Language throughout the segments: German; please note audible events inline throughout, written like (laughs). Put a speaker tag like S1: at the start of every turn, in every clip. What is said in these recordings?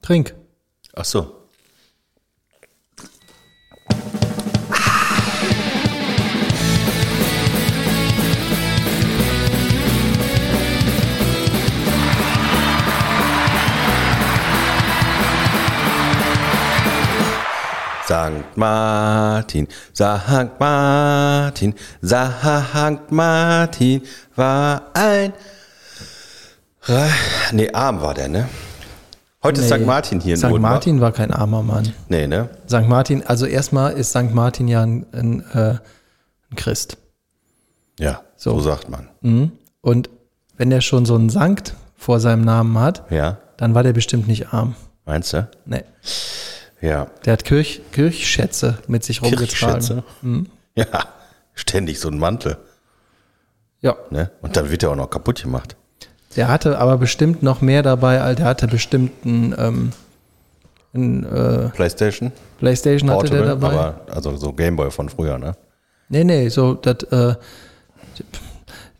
S1: Trink.
S2: Ach so. Sankt Martin, Sankt Martin, Sankt Martin war ein. Ra- Nee, arm war der, ne? Heute ist St. Martin hier in
S1: St.
S2: Odenwald.
S1: Martin war kein armer Mann.
S2: Nee, ne?
S1: St. Martin, also erstmal ist St. Martin ja ein, ein, äh, ein Christ.
S2: Ja, so,
S1: So.
S2: sagt man.
S1: Und wenn der schon so einen Sankt vor seinem Namen hat,
S2: Ja,
S1: dann war der bestimmt nicht arm.
S2: meinst du?
S1: Nee.
S2: Ja.
S1: Der hat Kirch, Kirchschätze mit sich rumgetragen.
S2: Kirchschätze. Ja, (laughs) ständig so ein Mantel.
S1: Ja.
S2: Ne? Und dann wird er auch noch kaputt gemacht.
S1: Der hatte aber bestimmt noch mehr dabei, als der hatte bestimmt ein, ähm, ein äh,
S2: Playstation,
S1: Playstation hatte der dabei.
S2: aber also so Gameboy von früher, ne? (laughs)
S1: Nee, nee, so, dat, äh,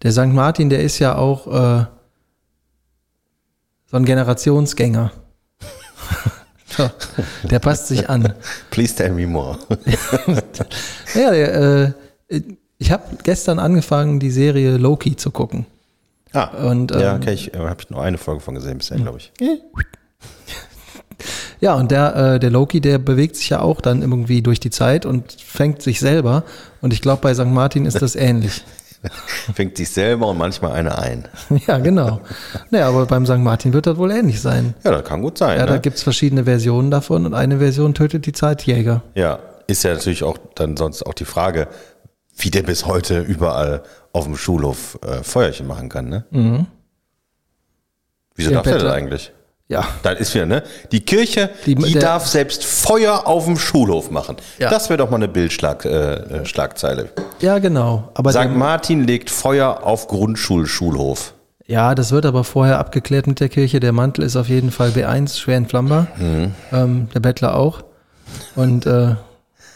S1: der St. Martin, der ist ja auch äh, so ein Generationsgänger. (laughs) So, der passt sich an.
S2: Please tell me more. (laughs)
S1: Ja, der, äh, ich habe gestern angefangen, die Serie Loki zu gucken.
S2: ah,
S1: Und,
S2: ja,
S1: ähm, Hm.
S2: okay, ich äh, habe nur eine Folge von gesehen bisher, glaube ich.
S1: Ja, und der, äh, der Loki, der bewegt sich ja auch dann irgendwie durch die Zeit und fängt sich selber. Und ich glaube, bei St. Martin ist das ähnlich. (laughs)
S2: Fängt sich selber und manchmal eine ein.
S1: ja, genau. Naja, aber beim St. Martin wird das wohl ähnlich sein.
S2: Ja, das kann gut sein.
S1: Ja, da
S2: ne?
S1: gibt's verschiedene Versionen davon und eine Version tötet die Zeitjäger.
S2: ja, ist ja natürlich auch dann sonst auch die Frage, wie der bis heute überall auf dem Schulhof äh, Feuerchen machen kann, ne? Wieso
S1: Der
S2: darf der das
S1: Bettler.
S2: eigentlich?
S1: Mhm. Ja.
S2: Das ist wieder, ne? Die Kirche, die,
S1: Die- der-
S2: darf selbst Feuer auf dem Schulhof machen.
S1: Ja.
S2: Das wäre doch mal eine Bildschlagzeile. Äh, äh, Schlagzeile.
S1: Ja, genau. Aber
S2: St.
S1: der,
S2: Martin legt Feuer auf Grundschulschulhof.
S1: ja, das wird aber vorher abgeklärt mit der Kirche. Der Mantel ist auf jeden Fall B1, schwer entflammbar. Ähm, der Bettler auch. Und äh,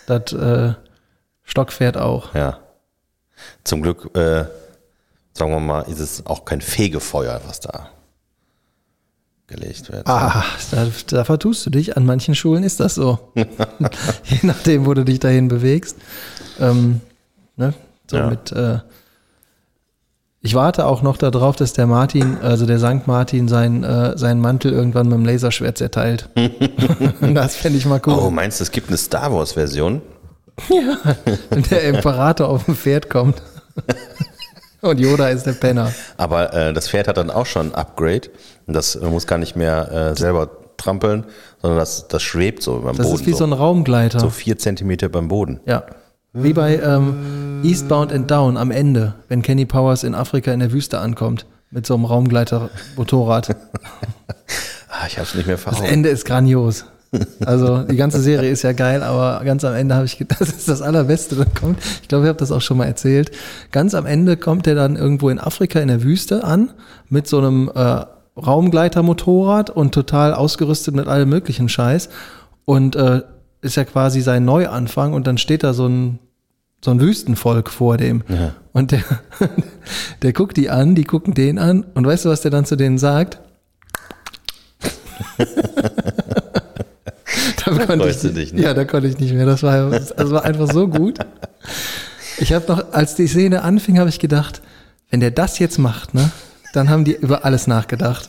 S1: das äh, Stockpferd auch.
S2: Ja. Zum Glück, äh, sagen wir mal, ist es auch kein Fegefeuer, was da gelegt wird.
S1: Ah, da, da vertust du dich. An manchen Schulen ist das
S2: (laughs)
S1: so. Je nachdem, wo du dich dahin bewegst. Ähm, ne? so
S2: Ja.
S1: mit, äh, ich warte auch noch darauf, dass der Martin, also der Sankt Martin, sein, äh, seinen Mantel irgendwann mit dem Laserschwert
S2: (laughs)
S1: zerteilt. das fände ich mal
S2: Oh,
S1: cool.
S2: meinst du, es gibt eine Star Wars-Version?
S1: Ja, wenn der Imperator auf dem Pferd
S2: (laughs)
S1: kommt. Und Yoda ist der Penner.
S2: Aber äh, das Pferd hat dann auch schon ein Upgrade. Und das äh, muss gar nicht mehr äh, selber trampeln, sondern das, das schwebt so beim
S1: Das
S2: Boden.
S1: ist wie so,
S2: so,
S1: ein Raumgleiter.
S2: so vier Zentimeter beim Boden.
S1: Ja. Wie bei ähm, Eastbound and Down am Ende, wenn Kenny Powers in Afrika in der Wüste ankommt. Mit so einem Raumgleiter-Motorrad.
S2: Ah, ich habe es nicht mehr
S1: Das
S2: verhauen.
S1: Ende ist grandios. Also die ganze Serie ist ja geil, aber ganz am Ende habe ich gedacht, (laughs) das ist das Allerbeste, dann kommt. Ich glaube, ich habe das auch schon mal erzählt. Ganz am Ende kommt er dann irgendwo in Afrika in der Wüste an mit so einem äh, Raumgleiter-Motorrad und total ausgerüstet mit allem möglichen Scheiß. Und äh, ist ja quasi sein Neuanfang und dann steht da so ein so ein Wüstenvolk vor dem. Und der, (laughs) der guckt die an, die gucken den an. Und weißt du, was der dann zu denen
S2: (laughs)
S1: sagt? da konnte ich,
S2: freust du dich, ne?
S1: Ja, da konnte ich nicht mehr. Das war, das war einfach so gut. Ich habe noch, als die Szene anfing, habe ich gedacht, wenn der das jetzt macht, ne, dann haben die über alles nachgedacht.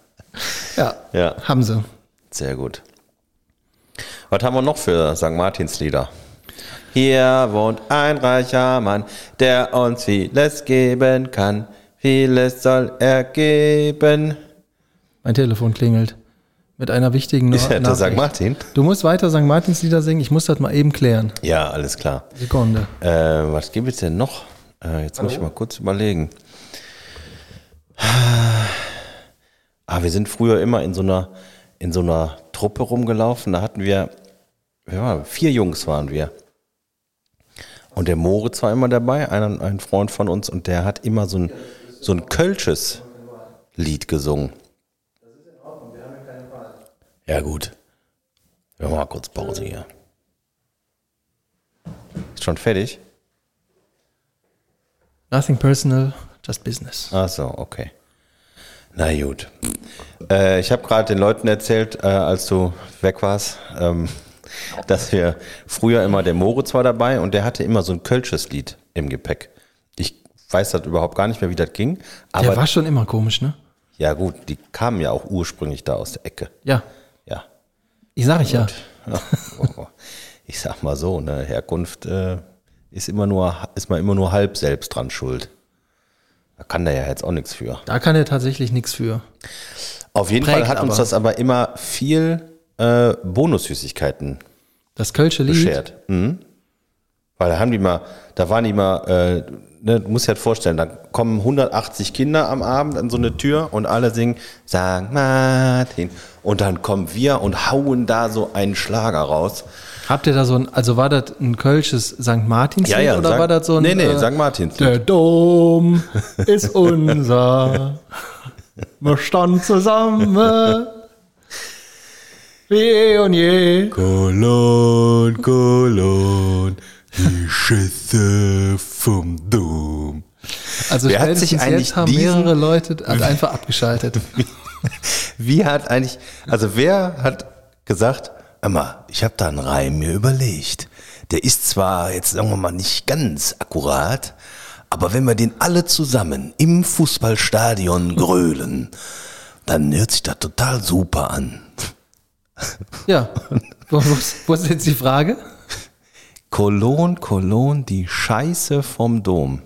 S1: (laughs) ja,
S2: Ja,
S1: haben sie.
S2: sehr gut. Was haben wir noch für St. Martins Lieder? Hier wohnt ein reicher Mann, der uns vieles geben kann. Vieles soll er geben.
S1: Mein Telefon klingelt. Mit einer wichtigen
S2: Ist ja der St.
S1: Nachricht.
S2: Martin?
S1: Du musst weiter St. Martins Lieder singen. Ich muss das mal eben klären.
S2: Ja, alles klar.
S1: Sekunde.
S2: Äh, was gibt es denn noch? Äh, jetzt muss ich mal kurz überlegen. Ah, wir sind früher immer in so einer, in so einer Truppe rumgelaufen. Da hatten wir, wer war, vier Jungs waren wir. Und der Moritz war immer dabei, ein, ein Freund von uns, und der hat immer so ein, so ein kölsches Lied gesungen. Ja, gut. Wir machen mal kurz Pause hier. Ist schon fertig?
S1: Nothing personal, just business.
S2: Ach so, okay. Na gut. Äh, ich habe gerade den Leuten erzählt, äh, als du weg warst, ähm, dass wir früher immer, der Moritz war dabei und der hatte immer so ein kölsches Lied im Gepäck. Ich weiß das überhaupt gar nicht mehr, wie das ging.
S1: Der
S2: Aber
S1: war schon immer komisch, ne?
S2: ja gut, die kamen ja auch ursprünglich da aus der Ecke.
S1: Ja.
S2: Ja. (laughs)
S1: Ich sag ich ja.
S2: Ja. Ich sag mal so, ne, Herkunft äh, ist immer nur, ist man immer nur halb selbst dran schuld. Da kann der ja jetzt auch nichts für.
S1: Da kann er tatsächlich nichts für.
S2: Auf jeden
S1: Prägt
S2: Fall hat uns
S1: aber.
S2: das aber immer viel äh, Bonussüßigkeiten
S1: Das Kölsche Lied.
S2: beschert. Mhm. Weil da haben die mal, da waren die mal, äh, ne, du musst dir halt vorstellen, da kommen 180 Kinder am Abend an so eine Tür und alle singen St. Martin. Und dann kommen wir und hauen da so einen Schlager raus.
S1: Habt ihr da so ein, also war das ein kölsches St. Martins
S2: Ja, ja,
S1: oder
S2: Sankt-
S1: war das so ein. äh,
S2: Nee, nee, Sankt Martins.
S1: Der
S2: (laughs)
S1: Dom ist unser. Wir standen
S2: (laughs)
S1: zusammen. Wie eh und je.
S3: Kolon, Kolon, die Schüsse vom Dom.
S1: Also
S2: Wer hat sich
S1: spätestens
S2: eigentlich
S1: jetzt haben
S2: diesen-
S1: mehrere Leute
S2: (laughs)
S1: hat einfach abgeschaltet.
S2: Wie hat eigentlich, also wer hat gesagt, Emma, ich habe da einen Reim mir überlegt. Der ist zwar jetzt, sagen wir mal, nicht ganz akkurat, aber wenn wir den alle zusammen im Fußballstadion grölen, dann hört sich das total super an.
S1: Ja. (laughs) Wo, wo, ist- wo ist jetzt die Frage?
S2: Kolon, Kolon, die Scheiße vom Dom.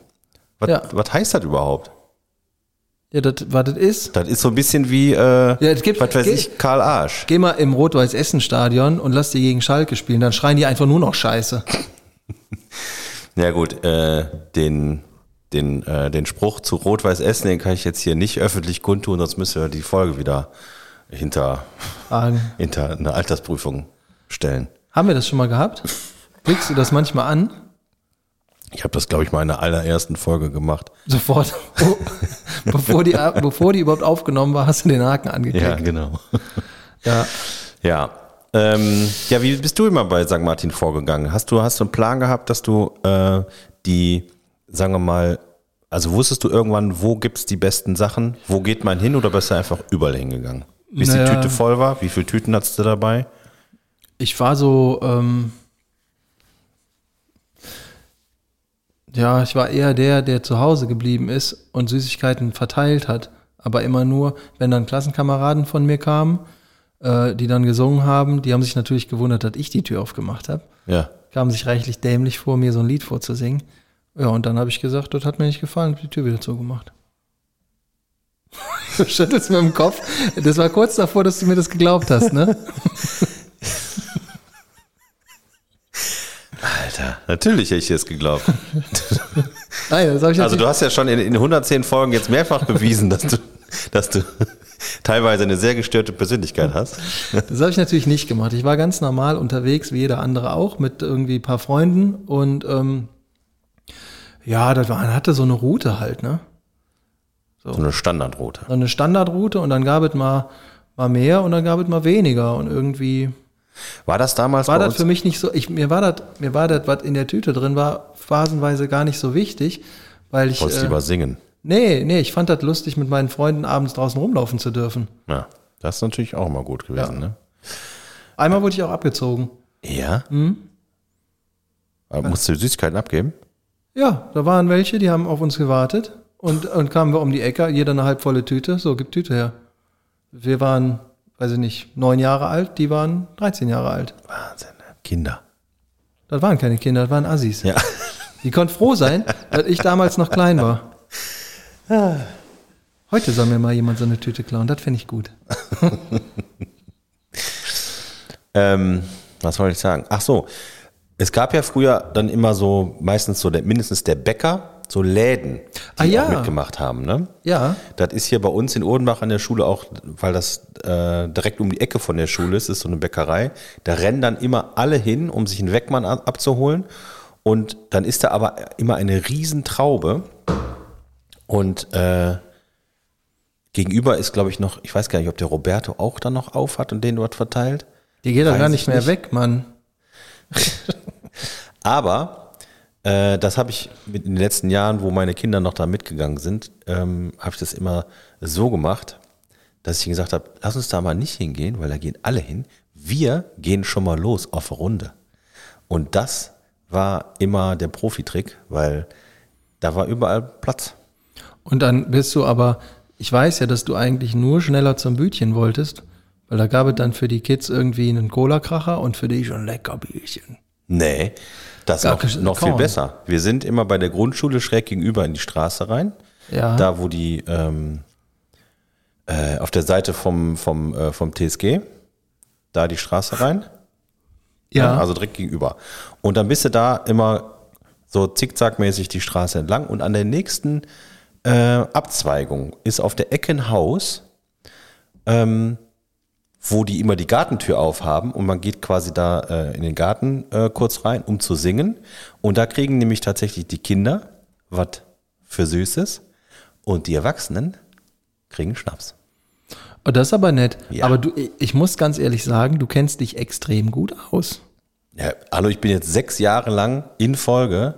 S2: Was,
S1: Ja.
S2: was heißt das überhaupt?
S1: Ja, das, was das ist.
S2: Das ist so ein bisschen wie, äh,
S1: Ja, es gibt-
S2: was weiß
S1: ge-
S2: ich, Karl Arsch.
S1: Geh mal im Rot-Weiß-Essen-Stadion und lass die gegen Schalke spielen, dann schreien die einfach nur noch Scheiße.
S2: Ja gut, äh, den, den, äh, den Spruch zu Rot-Weiß Essen, den kann ich jetzt hier nicht öffentlich kundtun, sonst müssen wir die Folge wieder hinter,
S1: Fragen.
S2: hinter eine Altersprüfung stellen.
S1: Haben wir das schon mal gehabt? Blickst du das manchmal an?
S2: Ich habe das, glaube ich, mal in der allerersten Folge gemacht.
S1: Sofort. (laughs) Oh, bevor, die, bevor die überhaupt aufgenommen war, hast du den Haken angeklickt.
S2: genau.
S1: Ja.
S2: (laughs) Ja. Ähm, ja, wie bist du immer bei St. Martin vorgegangen? Hast du, hast du einen Plan gehabt, dass du äh, die, sagen wir mal, also wusstest du irgendwann, wo gibt's die besten Sachen? Wo geht man hin oder bist du einfach überall hingegangen? Bis die
S1: Naja.
S2: Tüte voll war? Wie viele Tüten hattest du dabei?
S1: Ich war so, ähm, ja, ich war eher der, der zu Hause geblieben ist und Süßigkeiten verteilt hat. Aber immer nur, wenn dann Klassenkameraden von mir kamen, äh, die dann gesungen haben, die haben sich natürlich gewundert, dass ich die Tür aufgemacht habe.
S2: Ja.
S1: Kamen sich reichlich dämlich vor, mir so ein Lied vorzusingen. Ja, und dann habe ich gesagt, das hat mir nicht gefallen, hab die Tür wieder zugemacht. (laughs) Du schüttelst mit dem Kopf. Das war kurz davor, dass du mir das geglaubt hast, ne?
S2: Alter, natürlich hätte ich es geglaubt.
S1: Nein, das habe ich
S2: Also
S1: natürlich-
S2: du hast ja schon in, in 110 Folgen jetzt mehrfach bewiesen, dass du, dass du (laughs) teilweise eine sehr gestörte Persönlichkeit hast.
S1: Das habe ich natürlich nicht gemacht. Ich war ganz normal unterwegs, wie jeder andere auch, mit irgendwie ein paar Freunden und ähm, ja, das war, man hatte so eine Route halt, ne?
S2: So eine Standardrote.
S1: So eine Standardroute und dann gab es mal, mal mehr und dann gab es mal weniger und irgendwie
S2: War das damals
S1: war
S2: bei
S1: das
S2: uns?
S1: für mich nicht so, ich, mir war das, mir war das, was in der Tüte drin war, phasenweise gar nicht so wichtig, weil ich,
S2: Wolltest
S1: äh,
S2: lieber singen?
S1: nee, nee, ich fand das lustig, mit meinen Freunden abends draußen rumlaufen zu dürfen.
S2: Ja, das ist natürlich auch mal gut gewesen, ne?
S1: Einmal wurde ich auch abgezogen.
S2: Ja? Aber musst du Süßigkeiten abgeben?
S1: Ja, da waren welche, die haben auf uns gewartet und, und kamen wir um die Ecke, jeder eine halbvolle Tüte, so gib Tüte her. Wir waren, weiß ich nicht, neun Jahre alt, die waren 13 Jahre alt.
S2: Wahnsinn, ne? Kinder.
S1: Das waren keine Kinder, das waren Assis.
S2: Ja. (laughs)
S1: Die konnten froh sein, dass ich damals noch klein war.
S2: (laughs)
S1: Heute soll mir mal jemand so eine Tüte klauen, das finde ich gut.
S2: Ähm, was wollte ich sagen? Ach so, es gab ja früher dann immer so, meistens so der, mindestens der Bäcker, so Läden, die
S1: Ah, ja.
S2: auch mitgemacht haben, ne?
S1: Ja,
S2: Das ist hier bei uns in Odenbach an der Schule auch, weil das äh, direkt um die Ecke von der Schule ist, ist so eine Bäckerei. Da rennen dann immer alle hin, um sich einen Weckmann ab- abzuholen. Und dann ist da aber immer eine Riesentraube. Und äh, gegenüber ist, glaube ich, noch, ich weiß gar nicht, ob der Roberto auch dann noch auf hat und den dort verteilt.
S1: die geht doch
S2: Weiß
S1: gar
S2: ich
S1: nicht mehr
S2: nicht.
S1: weg, Mann.
S2: Aber äh, das habe ich mit in den letzten Jahren, wo meine Kinder noch da mitgegangen sind, ähm, habe ich das immer so gemacht, dass ich ihm gesagt habe, lass uns da mal nicht hingehen, weil da gehen alle hin. Wir gehen schon mal los auf eine Runde. Und das war immer der Profitrick, weil da war überall Platz.
S1: Und dann bist du aber, ich weiß ja, dass du eigentlich nur schneller zum Bütchen wolltest, weil da gab es dann für die Kids irgendwie einen Cola-Kracher und für dich ein lecker Bierchen.
S2: Nee, das
S1: Gar
S2: noch,
S1: kein-
S2: noch viel
S1: kaum.
S2: besser. Wir sind immer bei der Grundschule schräg gegenüber in die Straße rein.
S1: Ja.
S2: Da, wo die ähm, äh, auf der Seite vom, vom, äh, vom TSG, da die Straße rein.
S1: ja.
S2: Also direkt gegenüber. Und dann bist du da immer so zickzackmäßig die Straße entlang und an der nächsten äh, Abzweigung ist auf der Ecke ein Haus, ähm, wo die immer die Gartentür aufhaben und man geht quasi da äh, in den Garten äh, kurz rein, um zu singen. Und da kriegen nämlich tatsächlich die Kinder was für Süßes und die Erwachsenen kriegen Schnaps.
S1: oh, das ist aber nett.
S2: Ja.
S1: Aber du, ich muss ganz ehrlich sagen, du kennst dich extrem gut aus.
S2: Ja, hallo, ich bin jetzt sechs Jahre lang in Folge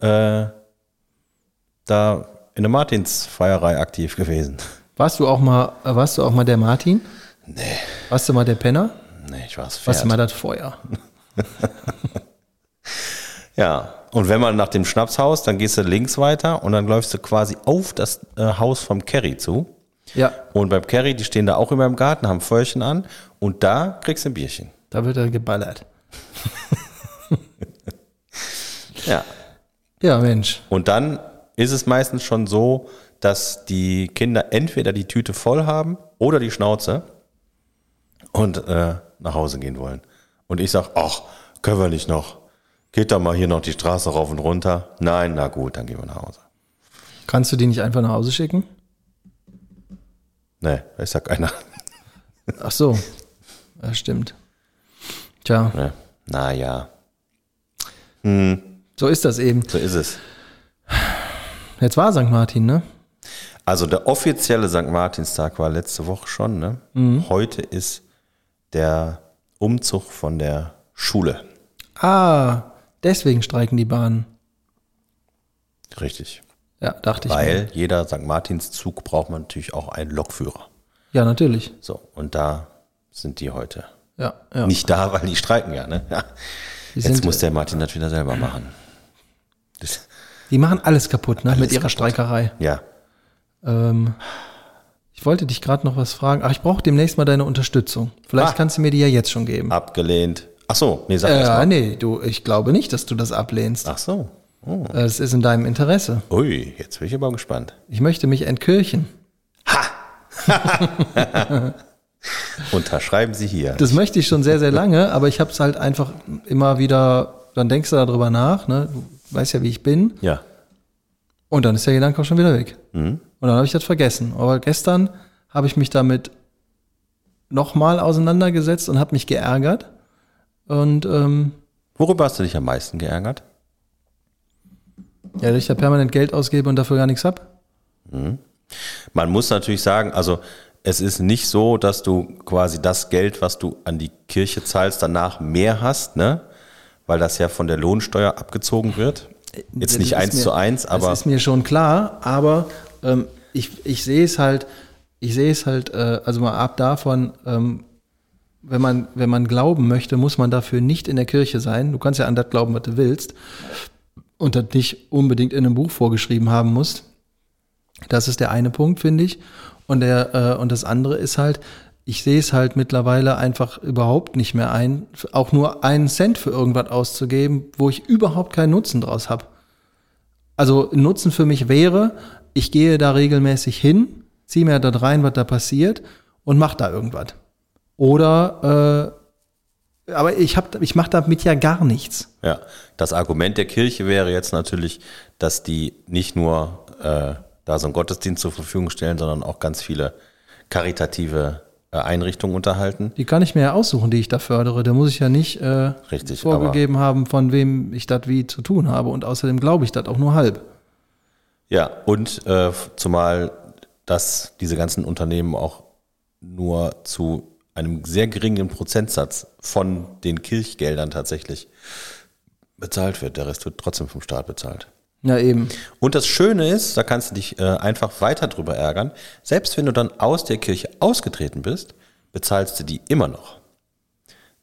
S2: äh, da in der Martinsfeierei aktiv gewesen.
S1: Warst du auch mal, äh, warst du auch mal der Martin?
S2: Nee,
S1: Warst du mal der Penner?
S2: nee, ich war's
S1: Warst du mal
S2: fertig.
S1: das
S2: (laughs)
S1: Feuer?
S2: Ja, und wenn man nach dem Schnapshaus, dann gehst du links weiter und dann läufst du quasi auf das äh, Haus vom Kerry zu.
S1: Ja,
S2: Und beim Kerry, die stehen da auch immer im Garten, haben Feuerchen an und da kriegst du ein Bierchen.
S1: da wird er geballert.
S2: Ja.
S1: Ja, Mensch.
S2: Und dann ist es meistens schon so, dass die Kinder entweder die Tüte voll haben oder die Schnauze und äh, nach Hause gehen wollen. Und ich sage, ach, können wir nicht noch. Geht da mal hier noch die Straße rauf und runter. Nein, na gut, dann gehen wir nach Hause.
S1: Kannst du die nicht einfach nach Hause schicken?
S2: Nee, da Ne, ist ja keiner.
S1: Ach
S2: (laughs)
S1: so. Ja, stimmt. Tja,
S2: Nee. Naja,
S1: so ist das eben.
S2: so ist es.
S1: Jetzt war St. Martin, ne?
S2: Also der offizielle St. Martinstag war letzte Woche schon. Ne? Heute ist der Umzug von der Schule.
S1: Ah, deswegen streiken die Bahnen.
S2: Richtig.
S1: Ja, dachte ich. mir.
S2: Weil jeder St. Martinszug braucht man natürlich auch einen Lokführer.
S1: Ja, natürlich.
S2: So, und da sind die heute.
S1: Ja, ja.
S2: Nicht da, weil die streiken ja, ne? Ja.
S1: Die,
S2: Jetzt
S1: sind, äh,
S2: muss der Martin das wieder selber machen. Das,
S1: die machen alles kaputt, ne? mit ihrer
S2: kaputt.
S1: Streikerei.
S2: ja.
S1: Ähm, ich wollte dich gerade noch was fragen. Ach, ich brauche demnächst mal deine Unterstützung. Vielleicht
S2: Ah.
S1: kannst du mir die ja jetzt schon geben.
S2: Abgelehnt. Ach so, nee, sag erst
S1: Ja,
S2: mal.
S1: nee, du, ich glaube nicht, dass du das ablehnst.
S2: Ach so. Oh.
S1: Äh, Es ist in deinem Interesse.
S2: Ui, jetzt bin ich aber gespannt.
S1: Ich möchte mich entkirchen.
S2: Unterschreiben Sie hier.
S1: Das möchte ich schon sehr, sehr lange, aber ich habe es halt einfach immer wieder, dann denkst du darüber nach, ne? du weißt ja, wie ich bin,
S2: Ja.
S1: und dann ist der Gedanke auch schon wieder weg. Und dann habe ich das vergessen. Aber gestern habe ich mich damit nochmal auseinandergesetzt und habe mich geärgert. Und ähm,
S2: Worüber hast du dich am meisten geärgert?
S1: ja, dass ich da permanent Geld ausgebe und dafür gar nichts hab.
S2: Man muss natürlich sagen, also es ist nicht so, dass du quasi das Geld, was du an die Kirche zahlst, danach mehr hast, ne? Weil das ja von der Lohnsteuer abgezogen wird. Jetzt
S1: Das
S2: nicht
S1: ist
S2: eins
S1: mir-
S2: zu eins, aber
S1: Das ist mir schon klar, aber ähm, ich, ich sehe es halt, ich sehe es halt, äh, also mal ab davon, ähm, wenn man, wenn man glauben möchte, muss man dafür nicht in der Kirche sein. Du kannst ja an das glauben, was du willst und das nicht unbedingt in einem Buch vorgeschrieben haben musst. Das ist der eine Punkt, finde ich. Und, der, äh, und das andere ist halt, ich sehe es halt mittlerweile einfach überhaupt nicht mehr ein, auch nur einen Cent für irgendwas auszugeben, wo ich überhaupt keinen Nutzen draus habe. Also Nutzen für mich wäre, ich gehe da regelmäßig hin, ziehe mir das rein, was da passiert und mache da irgendwas. Oder, äh, aber ich, hab- ich mache damit ja gar nichts.
S2: ja, das Argument der Kirche wäre jetzt natürlich, dass die nicht nur äh, da so einen Gottesdienst zur Verfügung stellen, sondern auch ganz viele karitative äh, Einrichtungen unterhalten.
S1: Die kann ich mir ja aussuchen, die ich da fördere. Da muss ich ja nicht äh,
S2: Richtig,
S1: vorgegeben haben, von wem ich das wie zu tun habe. Und außerdem glaube ich das auch nur halb.
S2: Ja, und äh, zumal dass diese ganzen Unternehmen auch nur zu einem sehr geringen Prozentsatz von den Kirchgeldern tatsächlich bezahlt wird. Der Rest wird trotzdem vom Staat bezahlt.
S1: Ja, eben.
S2: Und das Schöne ist, da kannst du dich äh, einfach weiter drüber ärgern, selbst wenn du dann aus der Kirche ausgetreten bist, bezahlst du die immer noch.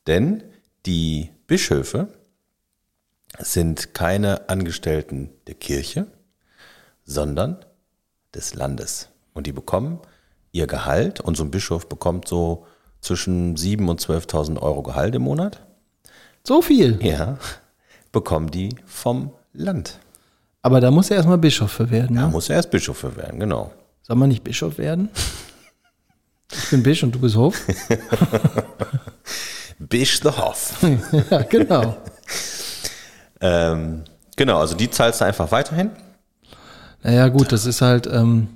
S2: Denn die Bischöfe sind keine Angestellten der Kirche, sondern des Landes. Und die bekommen ihr Gehalt und so ein Bischof bekommt so zwischen 7.000 und 12.000 Euro Gehalt im Monat.
S1: So viel.
S2: Ja, (laughs) bekommen die vom Land.
S1: Aber da muss er erstmal Bischof für werden. Ne?
S2: Da muss er erst Bischof für werden, genau.
S1: Soll man nicht Bischof werden? Ich bin Bisch und du bist Hof. (laughs)
S2: Bischof.
S1: ja, genau.
S2: (laughs) ähm, genau, also die zahlst du einfach weiterhin.
S1: Naja, gut, das ist halt, ähm,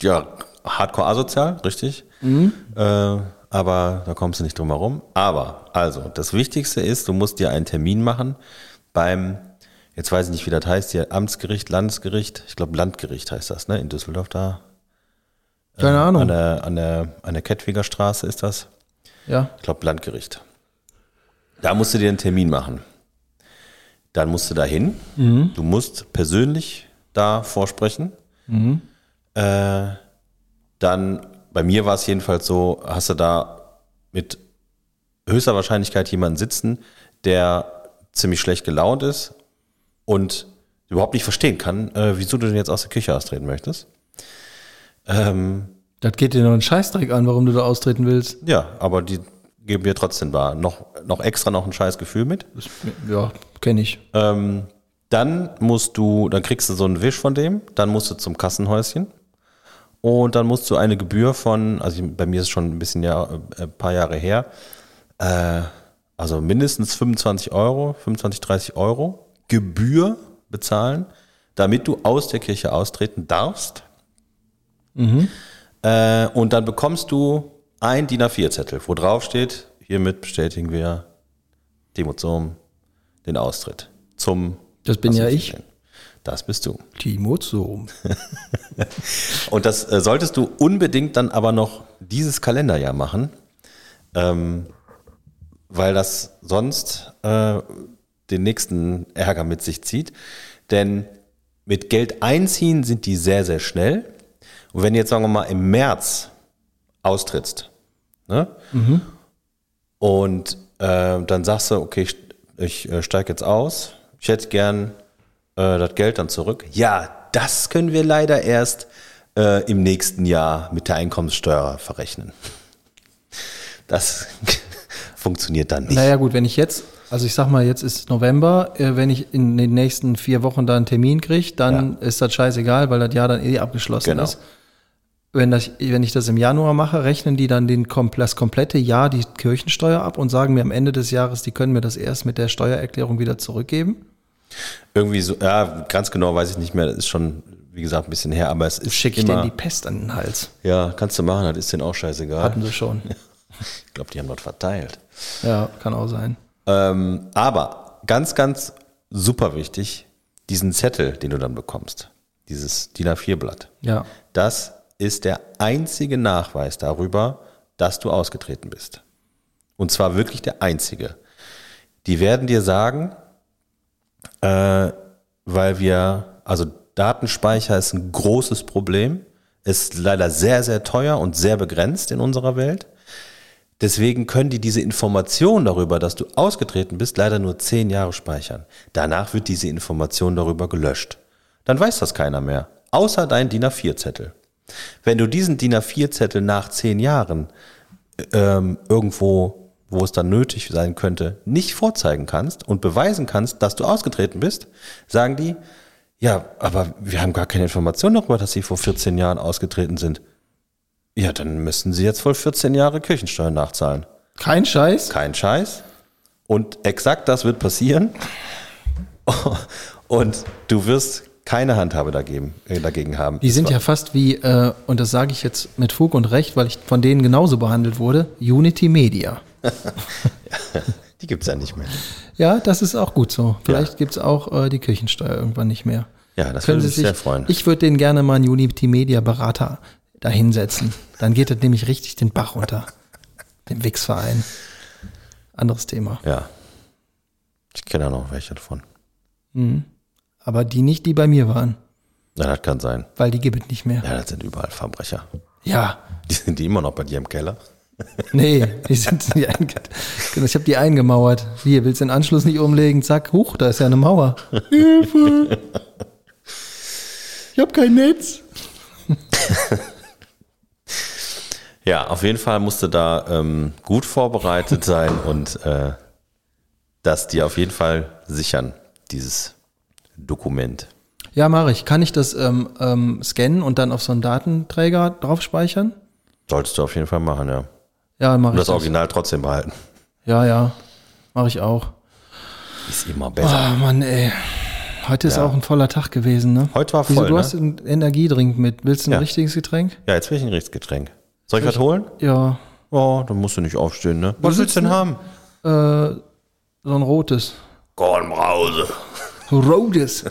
S2: Ja, hardcore asozial, richtig. Äh, aber da kommst du nicht drum herum. Aber, also, das Wichtigste ist, du musst dir einen Termin machen beim, jetzt weiß ich nicht, wie das heißt, hier Amtsgericht, Landesgericht, ich glaube Landgericht heißt das, ne? In Düsseldorf da.
S1: keine
S2: An
S1: Ahnung.
S2: der, an der, an der Kettwiger Straße ist das.
S1: Ja.
S2: Ich glaube, Landgericht. Da musst du dir einen Termin machen. Dann musst du da hin. Du musst persönlich da vorsprechen. Äh, dann, bei mir war es jedenfalls so, hast du da mit höchster Wahrscheinlichkeit jemanden sitzen, der ziemlich schlecht gelaunt ist und überhaupt nicht verstehen kann, äh, wieso du denn jetzt aus der Küche austreten möchtest. Ähm,
S1: Das geht dir noch einen Scheißdreck an, warum du da austreten willst.
S2: ja, aber die geben wir trotzdem wahr. Noch, noch extra noch ein scheiß Gefühl mit.
S1: Das- Ja, kenne ich.
S2: Ähm, dann musst du, dann kriegst du so einen Wisch von dem, dann musst du zum Kassenhäuschen und dann musst du eine Gebühr von, also bei mir ist es schon ein bisschen Jahr, äh, ein paar Jahre her, äh, also mindestens 25 Euro, 25, 30 Euro Gebühr bezahlen, damit du aus der Kirche austreten darfst.
S1: Mhm.
S2: Äh, und dann bekommst du ein DIN A4-Zettel, wo drauf steht, hiermit bestätigen wir Demozom um den Austritt zum.
S1: Das bin ja ich.
S2: Das bist du.
S1: Timo (laughs) Zoom.
S2: Und das äh, solltest du unbedingt dann aber noch dieses Kalenderjahr machen, ähm, weil das sonst äh, den nächsten Ärger mit sich zieht. Denn mit Geld einziehen sind die sehr, sehr schnell. Und wenn du jetzt, sagen wir mal, im März austrittst ne? und äh, dann sagst du, okay, ich, ich äh, steige jetzt aus, ich hätte gern äh, das Geld dann zurück. Ja, das können wir leider erst äh, im nächsten Jahr mit der Einkommenssteuer verrechnen. Das (laughs) funktioniert dann nicht.
S1: Naja, gut, wenn ich jetzt, also ich sag mal, jetzt ist November, äh, wenn ich in den nächsten vier Wochen da einen Termin kriege, dann ist das scheißegal, weil das Jahr dann eh abgeschlossen
S2: Genau.
S1: ist. Wenn, das, wenn ich das im Januar mache, rechnen die dann den, kom- das komplette Jahr die Kirchensteuer ab und sagen mir am Ende des Jahres, die können mir das erst mit der Steuererklärung wieder zurückgeben.
S2: Irgendwie so, ja, ganz genau weiß ich nicht mehr, das ist schon, wie gesagt, ein bisschen her, aber es ist
S1: Schicke ich
S2: immer,
S1: denen die Pest an den Hals.
S2: ja, kannst du machen, das ist denen auch scheißegal.
S1: Hatten sie
S2: (laughs)
S1: schon.
S2: Ich glaube, die haben dort verteilt.
S1: Ja, kann auch sein.
S2: Ähm, aber ganz, ganz super wichtig, diesen Zettel, den du dann bekommst, dieses DIN A4-Blatt,
S1: Ja.
S2: das ist der einzige Nachweis darüber, dass du ausgetreten bist. Und zwar wirklich der einzige. Die werden dir sagen, äh, weil wir, also Datenspeicher ist ein großes Problem, ist leider sehr, sehr teuer und sehr begrenzt in unserer Welt. Deswegen können die diese Information darüber, dass du ausgetreten bist, leider nur zehn Jahre speichern. Danach wird diese Information darüber gelöscht. Dann weiß das keiner mehr, außer dein DIN A4-Zettel. Wenn du diesen DIN A4-Zettel nach zehn Jahren ähm, irgendwo, wo es dann nötig sein könnte, nicht vorzeigen kannst und beweisen kannst, dass du ausgetreten bist, sagen die, ja, aber wir haben gar keine Information darüber, dass sie vor 14 Jahren ausgetreten sind. Ja, dann müssen sie jetzt wohl 14 Jahre Kirchensteuer nachzahlen.
S1: Kein Scheiß.
S2: Kein Scheiß. Und exakt das wird passieren. (laughs) Und du wirst keine Handhabe dagegen, äh, dagegen haben.
S1: Die sind ja fast wie, äh, und das sage ich jetzt mit Fug und Recht, weil ich von denen genauso behandelt wurde, Unity Media.
S2: Die gibt's ja nicht mehr.
S1: Ja, das ist auch gut so. Vielleicht gibt's auch äh, die Kirchensteuer irgendwann nicht mehr.
S2: Ja, das
S1: Können
S2: würde
S1: Sie
S2: mich
S1: sich,
S2: sehr freuen.
S1: Ich würde denen gerne mal einen Unity Media Berater da hinsetzen. Dann geht das nämlich richtig den Bach runter. Dem Wix-Verein. Anderes Thema.
S2: Ja. Ich kenne ja noch welche davon.
S1: Aber die nicht, die bei mir waren,
S2: Ja, das kann sein.
S1: weil die gibt es nicht mehr.
S2: Ja, das sind überall Verbrecher. (laughs)
S1: Ja,
S2: Die sind die immer noch bei dir im Keller.
S1: nee, die sind die einge- Genau, Ich habe die eingemauert. Hier, willst du den Anschluss nicht umlegen? Zack, hoch, da ist ja eine Mauer. Hilfe! Ich habe kein Netz.
S2: Ja, auf jeden Fall musst du da ähm, gut vorbereitet sein und äh, das dir auf jeden Fall sichern, dieses Dokument.
S1: Ja, mache ich. Kann ich das ähm, ähm, scannen und dann auf so einen Datenträger drauf speichern?
S2: Solltest du auf jeden Fall machen, ja.
S1: Ja, mache
S2: Und
S1: ich.
S2: das Original trotzdem behalten.
S1: Ja, ja, mache ich auch.
S2: Ist immer besser.
S1: Ah, Mann, ey. Heute ist auch ein voller Tag gewesen, ne?
S2: Heute war
S1: Wieso,
S2: voll,
S1: du
S2: ne?
S1: hast einen Energiedrink mit. Willst du ein
S2: Ja.
S1: richtiges Getränk?
S2: Ja, jetzt will ich ein Rechtsgetränk. Soll ich was holen?
S1: Ja,
S2: Oh, dann musst du nicht aufstehen, ne? Was willst du denn haben?
S1: äh, so ein rotes.
S2: Kornbrause.
S1: Rotes.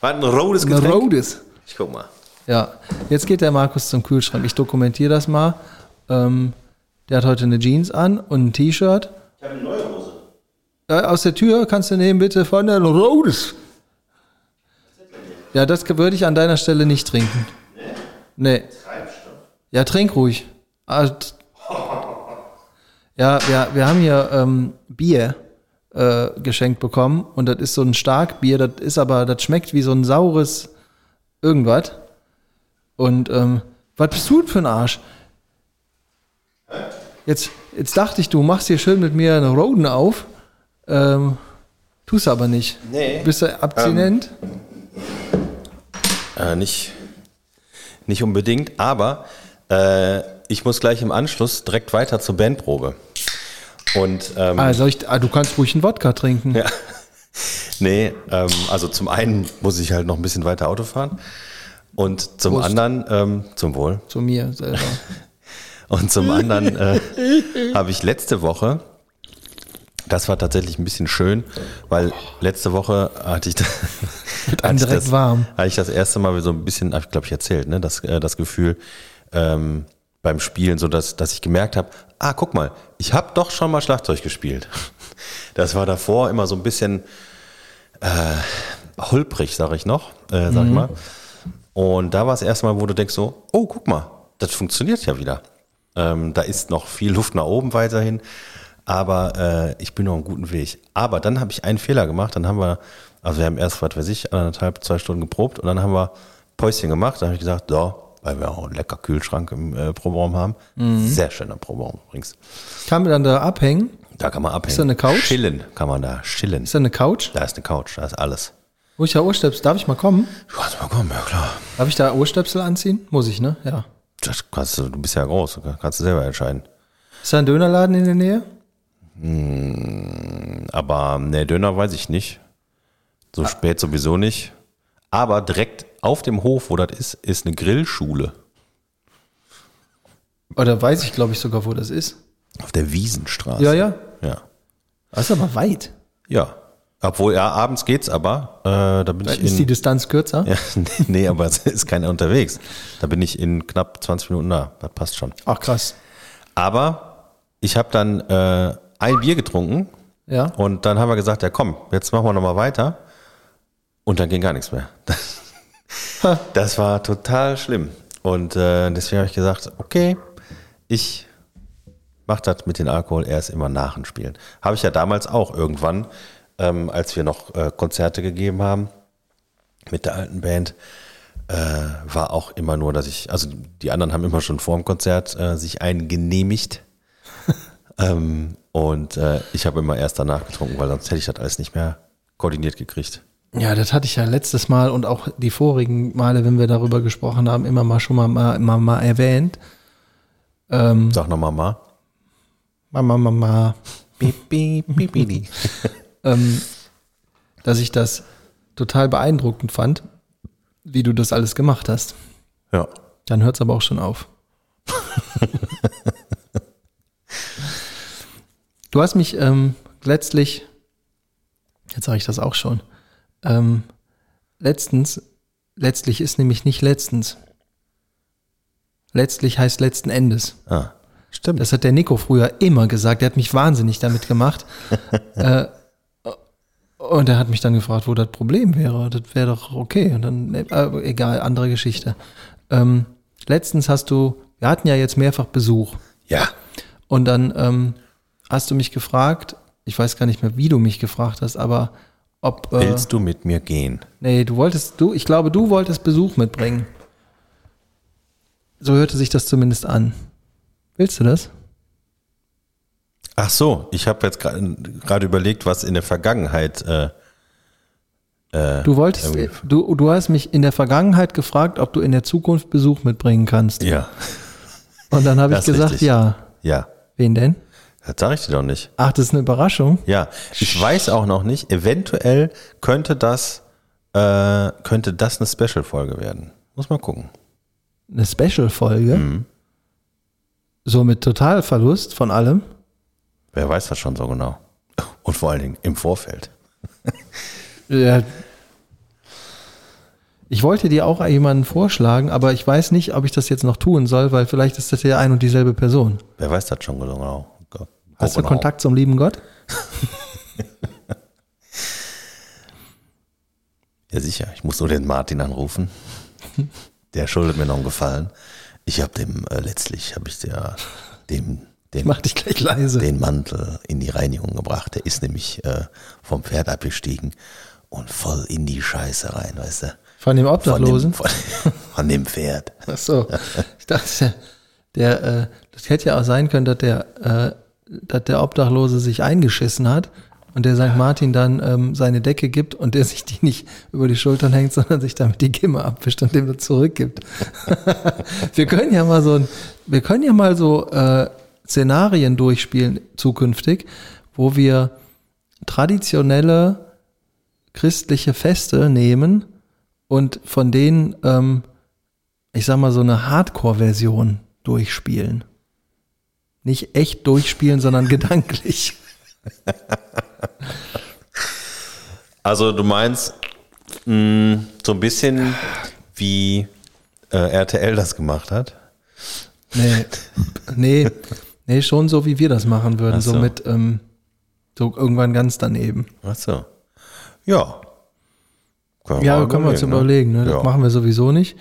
S2: Was, ein rotes
S1: Ein
S2: Getränk?
S1: rotes.
S2: Ich guck mal.
S1: Ja, jetzt geht der Markus zum Kühlschrank. Ich dokumentiere das mal. Ähm, der hat heute eine Jeans an und ein T-Shirt.
S2: Ich habe eine neue Hose.
S1: Ja, aus der Tür kannst du nehmen, bitte, von der Rhodes. Ja, das würde ich an deiner Stelle nicht trinken. Nee. Ja, trink ruhig. Ah, t- Ja, wir, wir haben hier ähm, Bier äh, geschenkt bekommen und das ist so ein Starkbier, das ist aber, das schmeckt wie so ein saures irgendwas. Und ähm, was bist du denn für ein Arsch? Jetzt, jetzt dachte ich, du machst hier schön mit mir eine Roden auf. Ähm, tust du aber nicht.
S2: Nee.
S1: Bist du abstinent?
S2: Äh, nicht, nicht unbedingt, aber äh, ich muss gleich im Anschluss direkt weiter zur Bandprobe. Und ähm,
S1: ah, soll ich, ah, du kannst ruhig einen Wodka trinken.
S2: ja. nee, ähm, also zum einen muss ich halt noch ein bisschen weiter Auto fahren und zum
S1: Prost.
S2: anderen, ähm, zum Wohl,
S1: Zu mir selber. (laughs)
S2: und zum anderen äh, habe ich letzte Woche, das war tatsächlich ein bisschen schön, weil letzte Woche hatte ich, (laughs) da-
S1: einem
S2: hatte ich
S1: direkt
S2: das,
S1: warm.
S2: hatte ich das erste Mal so ein bisschen, habe ich glaube ich erzählt, ne, das, äh, das Gefühl ähm, beim Spielen, so dass, dass ich gemerkt habe, ah, guck mal, ich habe doch schon mal Schlagzeug gespielt. (laughs) Das war davor immer so ein bisschen äh, holprig, sage ich noch, äh,
S1: Mhm.
S2: sag ich mal. Und da war es erstmal, wo du denkst so, oh, guck mal, das funktioniert ja wieder. Ähm, da ist noch viel Luft nach oben weiterhin, aber äh, ich bin noch einen guten Weg. Aber dann habe ich einen Fehler gemacht, dann haben wir, also wir haben erst, was weiß ich, anderthalb, zwei Stunden geprobt und dann haben wir Päuschen gemacht, dann habe ich gesagt, so, weil wir auch einen lecker Kühlschrank im äh, Proberaum haben.
S1: Mhm.
S2: Sehr schöner Proberaum übrigens.
S1: Kann man dann da abhängen?
S2: Da kann man abhängen. Ist
S1: da eine Couch?
S2: Chillen kann man da, chillen.
S1: Ist da eine Couch?
S2: Da ist eine Couch, da ist alles.
S1: Wo ich ja Ohrstöpsel, darf ich mal kommen?
S2: Du kannst mal kommen, ja klar.
S1: Darf ich da Ohrstöpsel anziehen? Muss ich, ne? Ja.
S2: Das kannst du, du bist ja groß, du kannst du selber entscheiden.
S1: Ist da ein Dönerladen in der Nähe?
S2: Aber ne, Döner weiß ich nicht.
S1: Ah.
S2: So spät sowieso nicht. Aber direkt auf dem Hof, wo das ist, ist eine Grillschule.
S1: Oder weiß ich, glaube ich, sogar, wo das ist.
S2: Auf der Wiesenstraße.
S1: Ja, ja.
S2: Ja.
S1: Das ist aber weit.
S2: Ja. Obwohl, ja, abends geht's aber. Äh, da bin ich
S1: Ist die
S2: in.
S1: Distanz kürzer?
S2: (laughs) ja, nee, aber es ist keiner unterwegs. Da bin ich in knapp 20 Minuten da. Das passt schon.
S1: Ach, krass.
S2: Aber ich habe dann äh, ein Bier getrunken
S1: Ja.
S2: und dann haben wir gesagt, ja komm, jetzt machen wir nochmal weiter. Und dann ging gar nichts mehr.
S1: Ha.
S2: (laughs) Das war total schlimm. Und äh, deswegen habe ich gesagt, okay, ich mache das mit dem Alkohol erst immer nach dem Spielen. Habe ich ja damals auch irgendwann, ähm, als wir noch äh, Konzerte gegeben haben mit der alten Band, äh, war auch immer nur, dass ich, also die anderen haben immer schon vor dem Konzert äh, sich einen
S1: (laughs)
S2: genehmigt. ähm, und äh, ich habe immer erst danach getrunken, weil sonst hätte ich das alles nicht mehr koordiniert gekriegt.
S1: Ja, das hatte ich ja letztes Mal und auch die vorigen Male, wenn wir darüber gesprochen haben, immer mal schon mal, mal, mal, mal erwähnt. Mhm.
S2: Sag nochmal mal.
S1: Mal, mal, mal, mal.
S2: Piep, piep, piep, piep.
S1: (laughs) ähm, dass ich das total beeindruckend fand, wie du das alles gemacht hast.
S2: Ja.
S1: Dann hört es aber auch schon
S2: (laughs)
S1: auf. du hast mich ähm, letztlich, jetzt sage ich das auch schon, ähm, letztens, letztlich ist nämlich nicht letztens. Letztlich heißt letzten Endes.
S2: Ah, stimmt.
S1: Das hat der Nico früher immer gesagt. Der hat mich wahnsinnig damit gemacht. äh, Und er hat mich dann gefragt, wo das Problem wäre. Das wäre doch okay. Und dann, äh, egal, andere Geschichte. Ähm, letztens hast du, wir hatten ja jetzt mehrfach Besuch.
S2: Ja.
S1: Und dann ähm, hast du mich gefragt, ich weiß gar nicht mehr, wie du mich gefragt hast, aber ob. Äh,
S2: Willst du mit mir gehen?
S1: nee, du wolltest, du, ich glaube, du wolltest Besuch mitbringen. So hörte sich das zumindest an. Willst du das?
S2: Ach so, ich habe jetzt gra- gerade überlegt, was in der Vergangenheit. Äh,
S1: Du wolltest,
S2: irgendwie-
S1: du, du hast mich in der Vergangenheit gefragt, ob du in der Zukunft Besuch mitbringen kannst.
S2: ja,
S1: Und dann habe ich
S2: das ist
S1: gesagt,
S2: richtig.
S1: ja.
S2: ja.
S1: Wen denn?
S2: Das sage ich dir doch nicht.
S1: Ach, das ist eine Überraschung.
S2: Ja, ich weiß auch noch nicht. Eventuell könnte das, äh, könnte das eine Special-Folge werden. Muss mal gucken.
S1: Eine Special-Folge.
S2: Mhm.
S1: So mit Totalverlust von allem.
S2: Wer weiß das schon so genau? Und vor allen Dingen im Vorfeld.
S1: Ja. Ich wollte dir auch jemanden vorschlagen, aber ich weiß nicht, ob ich das jetzt noch tun soll, weil vielleicht ist das ja ein und dieselbe Person.
S2: Wer weiß das schon so genau?
S1: Hast du
S2: Genau.
S1: Kontakt zum lieben Gott?
S2: Ja, sicher. Ich muss nur den Martin anrufen. Der schuldet mir noch einen Gefallen. Ich habe dem, äh, letztlich habe ich der, dem,
S1: Ich
S2: dem,
S1: mach dich gleich leise.
S2: den Mantel in die Reinigung gebracht. Der ist nämlich äh, vom Pferd abgestiegen und voll in die Scheiße rein, weißt du?
S1: Von dem
S2: Von dem,
S1: Obdachlosen?
S2: von, (laughs) von dem Pferd.
S1: Ach so. Ich dachte, der, äh, das hätte ja auch sein können, dass der, äh, dass der Obdachlose sich eingeschissen hat und der St. Martin dann ähm, seine Decke gibt und der sich die nicht über die Schultern hängt, sondern sich damit die Gimme abwischt und dem das zurückgibt. (laughs) wir können ja mal so ein, wir können ja mal so äh, Szenarien durchspielen zukünftig, wo wir traditionelle christliche Feste nehmen und von denen ähm, ich sag mal, so eine Hardcore-Version durchspielen. Nicht echt durchspielen,
S2: (laughs)
S1: sondern gedanklich.
S2: Also du meinst mh, so ein bisschen wie äh, RTL das gemacht hat?
S1: Nee, nee, nee schon so, wie wir das machen würden.
S2: Ach so.
S1: So mit, ähm, so irgendwann ganz daneben.
S2: Ach so. Ja. Können
S1: Ja,
S2: mal
S1: können wir uns überlegen. Ne? Das
S2: Ja.
S1: machen wir sowieso nicht.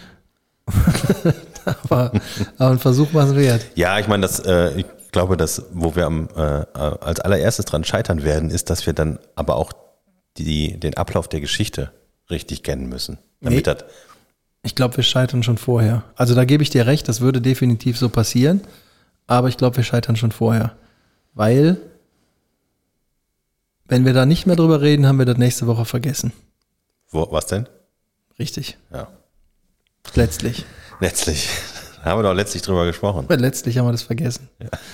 S1: (laughs) aber, aber ein Versuch war es wert.
S2: Ja, ich meine, das, äh, ich glaube, dass, wo wir am, äh, als allererstes dran scheitern werden, ist, dass wir dann aber auch die, den Ablauf der Geschichte richtig kennen müssen. Damit
S1: Nee.
S2: das,
S1: Ich glaube, wir scheitern schon vorher. Also da gebe ich dir recht, das würde definitiv so passieren. Aber ich glaube, wir scheitern schon vorher. Weil, wenn wir da nicht mehr drüber reden, haben wir das nächste Woche vergessen.
S2: wo, was denn?
S1: Richtig.
S2: Ja.
S1: Letztlich.
S2: Letztlich. (laughs) Da haben wir doch letztlich drüber gesprochen.
S1: Weil letztlich haben wir das vergessen.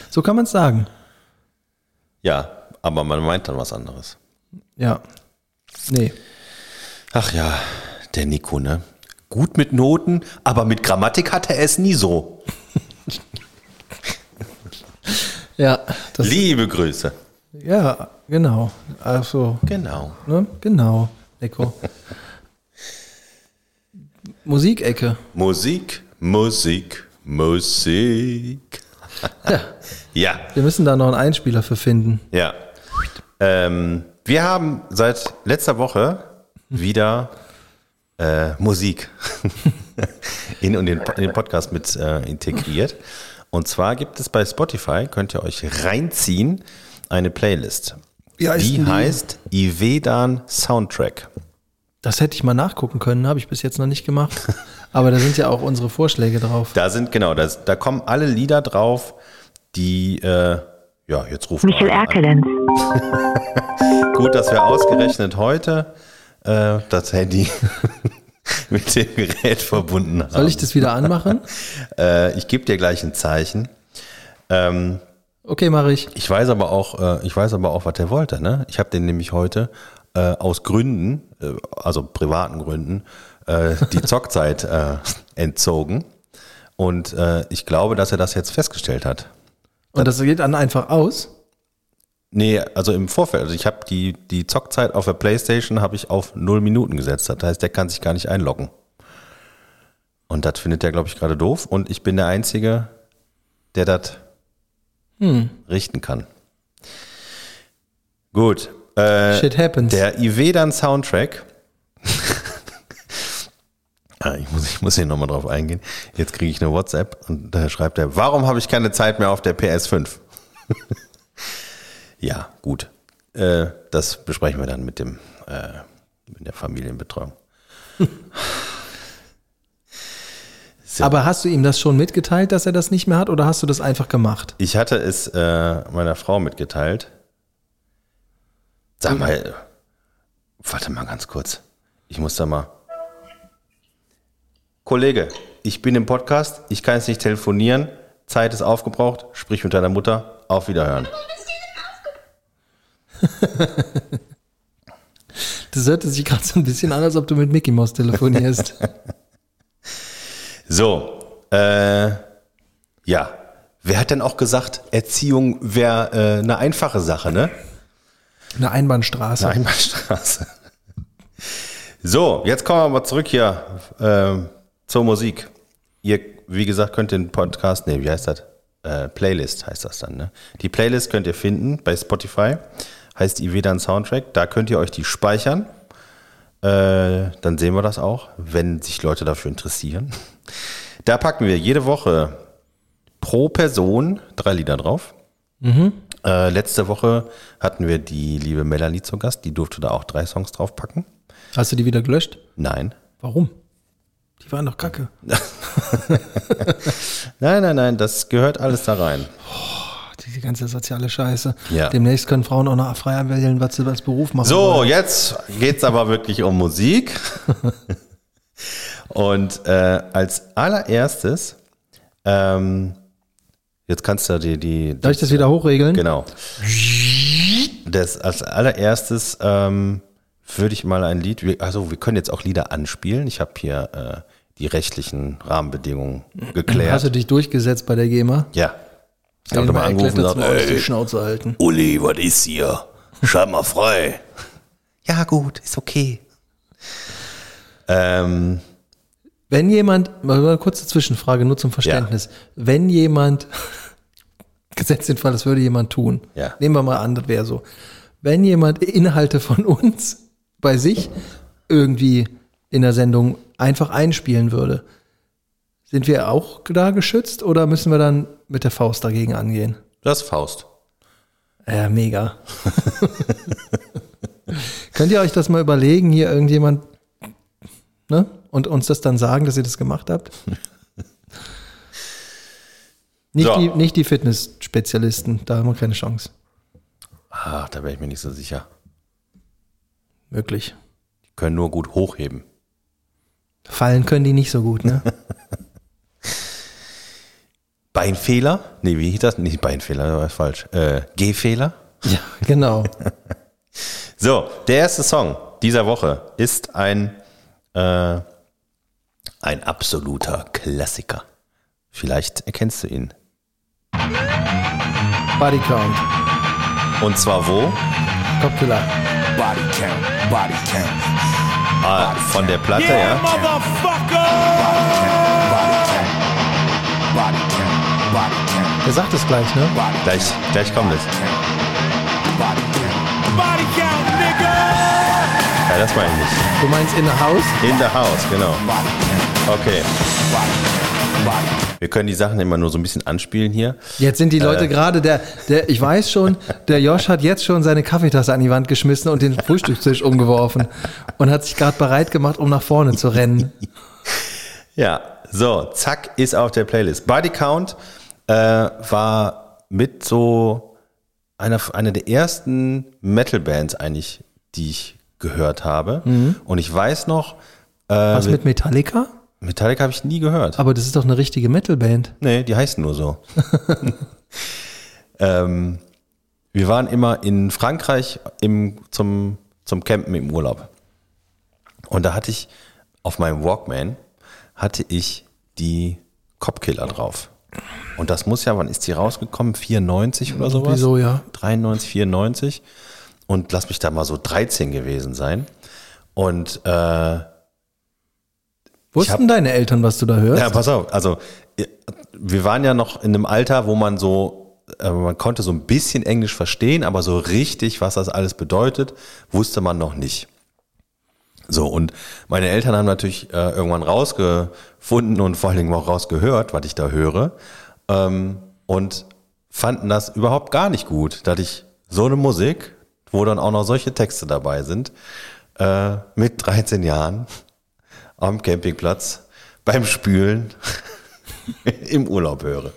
S1: So kann man es sagen.
S2: Ja, aber man meint dann was anderes.
S1: Ja. Nee.
S2: Ach ja, der Nico, ne? Gut mit Noten, aber mit Grammatik hatte er es nie so.
S1: Ja, das,
S2: Liebe Grüße.
S1: ja genau. Also,
S2: Genau.
S1: ne? genau, Nico. Musikecke.
S2: Musik, Musik, Musik. (laughs)
S1: Ja,
S2: Ja,
S1: wir müssen da noch einen Einspieler für finden.
S2: ja. Ähm, wir haben seit letzter Woche wieder äh, Musik (laughs) in, und den, in den Podcast mit äh, integriert. Und zwar gibt es bei Spotify, könnt ihr euch reinziehen, eine Playlist.
S1: Wie heißt
S2: die
S1: denn die?
S2: heißt Ivedan Soundtrack.
S1: Das hätte ich mal nachgucken können, habe ich bis jetzt noch nicht gemacht. Aber da sind ja auch unsere Vorschläge drauf.
S2: Da sind, genau, das, da kommen alle Lieder drauf, die, äh, ja, jetzt rufen
S4: Michel
S2: alle an.
S4: Erkelenz.
S2: Gut, dass wir ausgerechnet heute äh, das Handy (laughs) mit dem Gerät verbunden haben.
S1: Soll ich das wieder anmachen?
S2: äh, ich gebe dir gleich ein Zeichen. Ähm,
S1: Okay, mache ich.
S2: ich weiß aber auch, äh, ich weiß aber auch, was der wollte. Ne? Ich habe den nämlich heute äh, aus Gründen, äh, also privaten Gründen, äh, die Zockzeit äh, (laughs) entzogen. Und äh, ich glaube, dass er das jetzt festgestellt hat.
S1: Und das geht dann einfach aus.
S2: Nee, also im Vorfeld. Also ich habe die, die Zockzeit auf der Playstation habe ich auf null Minuten gesetzt. Das heißt, der kann sich gar nicht einloggen. Und das findet der, glaube ich, gerade doof. Und ich bin der Einzige, der das richten kann. Gut, äh,
S1: Shit happens.
S2: Der Ivedan-Soundtrack. (laughs) Ah, ich, muss, ich muss hier nochmal drauf eingehen. Jetzt kriege ich eine WhatsApp und da schreibt er, warum habe ich keine Zeit mehr auf der PS5? (laughs) ja, gut. Äh, das besprechen wir dann mit, dem, äh, mit der Familienbetreuung.
S1: Aber hast du ihm das schon mitgeteilt, dass er das nicht mehr hat oder hast du das einfach gemacht?
S2: Ich hatte es äh, meiner Frau mitgeteilt. Sag mal, warte mal ganz kurz. Ich muss da mal. Kollege, ich bin im Podcast, ich kann jetzt nicht telefonieren, Zeit ist aufgebraucht, sprich mit deiner Mutter, auf Wiederhören.
S1: Das hörte sich gerade so ein bisschen an, als ob du mit Mickey Mouse
S2: (laughs)
S1: telefonierst.
S2: So, äh, ja. Wer hat denn auch gesagt, Erziehung wäre äh, eine einfache Sache, ne?
S1: Eine Einbahnstraße.
S2: Eine Einbahnstraße. So, jetzt kommen wir aber zurück hier ähm, zur Musik. Ihr, wie gesagt, könnt den Podcast, nee, wie heißt das? Äh, Playlist heißt das dann, ne? Die Playlist könnt ihr finden bei Spotify, heißt Ivedan Soundtrack. Da könnt ihr euch die speichern. Äh, dann sehen wir das auch, wenn sich Leute dafür interessieren. Da packen wir jede Woche pro Person drei Lieder drauf. Äh, letzte Woche hatten wir die liebe Melanie zu Gast, die durfte da auch drei Songs draufpacken.
S1: Hast du die wieder gelöscht?
S2: Nein.
S1: Warum? Die waren doch kacke.
S2: Nein, nein, nein, das gehört alles da rein.
S1: Diese ganze soziale Scheiße.
S2: Ja.
S1: Demnächst können Frauen auch noch frei wählen, was sie als Beruf machen.
S2: So,
S1: wollen.
S2: jetzt geht's aber wirklich um Musik. (laughs) Und äh, als allererstes, ähm, jetzt kannst du die, die,
S1: Darf ich das wieder hochregeln?
S2: genau. Das, als allererstes ähm, würde ich mal ein Lied, wir- also wir können jetzt auch Lieder anspielen. Ich habe hier äh, die rechtlichen Rahmenbedingungen
S1: Hast du
S2: geklärt.
S1: dich durchgesetzt bei der GEMA?
S2: Also Ja. Ich habe
S1: Denen
S2: mal angerufen und
S1: erklärt, dass wir
S2: gesagt,
S1: uns die
S2: ey,
S1: Schnauze halten.
S2: Uli, was ist hier? Schreib mal frei. (laughs) ja, gut, ist okay. Ähm,
S1: Wenn jemand, mal eine kurze Zwischenfrage, nur zum Verständnis. Wenn jemand, (laughs) gesetzt den Fall, das würde jemand tun.
S2: Ja.
S1: Nehmen wir mal an, das wäre so. Wenn jemand Inhalte von uns bei sich irgendwie in der Sendung einfach einspielen würde, sind wir auch da geschützt oder müssen wir dann mit der Faust dagegen angehen?
S2: das ist Faust.
S1: Ja, mega. Könnt ihr euch das mal überlegen, hier irgendjemand, ne? Und uns das dann sagen, dass ihr das gemacht habt? Nicht,
S2: So.
S1: die, nicht die Fitness-Spezialisten, da haben wir keine Chance.
S2: Ah, da wäre ich mir nicht so sicher.
S1: Möglich.
S2: Die können nur gut hochheben.
S1: Fallen können die nicht so gut, ne?
S2: Beinfehler? Nee, wie hieß das? Nicht Beinfehler, das war falsch. Äh, Gehfehler?
S1: ja, genau.
S2: So, der erste Song dieser Woche ist ein, äh, ein absoluter Klassiker. Vielleicht erkennst du ihn.
S1: Body Count,
S2: Und zwar wo?
S1: Kopfkiller.
S4: Body count, body count,
S2: Ah, von der Platte, ja.
S4: body count, body count, body count,
S1: Er sagt es gleich, ne?
S4: body count,
S2: Gleich, gleich kommt es.
S4: body count.
S2: Ja, das meine ich nicht.
S1: Du meinst in a house?
S2: In the House, genau. Okay. Wir können die Sachen immer nur so ein bisschen anspielen hier.
S1: Jetzt sind die Leute gerade, der, der, ich weiß schon, der Josh hat jetzt schon seine Kaffeetasse an die Wand geschmissen und den Frühstückstisch umgeworfen und hat sich gerade bereit gemacht, um nach vorne zu rennen.
S2: Ja, so, zack, ist auf der Playlist. Body Count äh, war mit so einer, einer der ersten Metal-Bands eigentlich, die ich gehört habe. Und ich weiß noch, äh,
S1: Was mit Metallica?
S2: Metallica habe ich nie gehört.
S1: Aber das ist doch eine richtige Metalband.
S2: Nee, die heißen
S1: (laughs)
S2: nur so. ähm, wir waren immer in Frankreich im, zum, zum Campen im Urlaub. Und da hatte ich auf meinem Walkman hatte ich die Copkiller drauf. Und das muss ja, wann ist die rausgekommen? 94 oder sowas?
S1: Wieso, ja.
S2: 93, 94. Und lass mich da mal so 13 gewesen sein. Und äh,
S1: Wussten deine Eltern, was du da hörst?
S2: ja, pass auf. Also, wir waren ja noch in einem Alter, wo man so aber man konnte so ein bisschen Englisch verstehen, aber so richtig, was das alles bedeutet, wusste man noch nicht. So, und meine Eltern haben natürlich äh, irgendwann rausgefunden und vor allen Dingen auch rausgehört, was ich da höre, ähm, und fanden das überhaupt gar nicht gut, dass ich so eine Musik, wo dann auch noch solche Texte dabei sind, äh, mit 13 Jahren am Campingplatz beim Spülen (laughs) im Urlaub höre.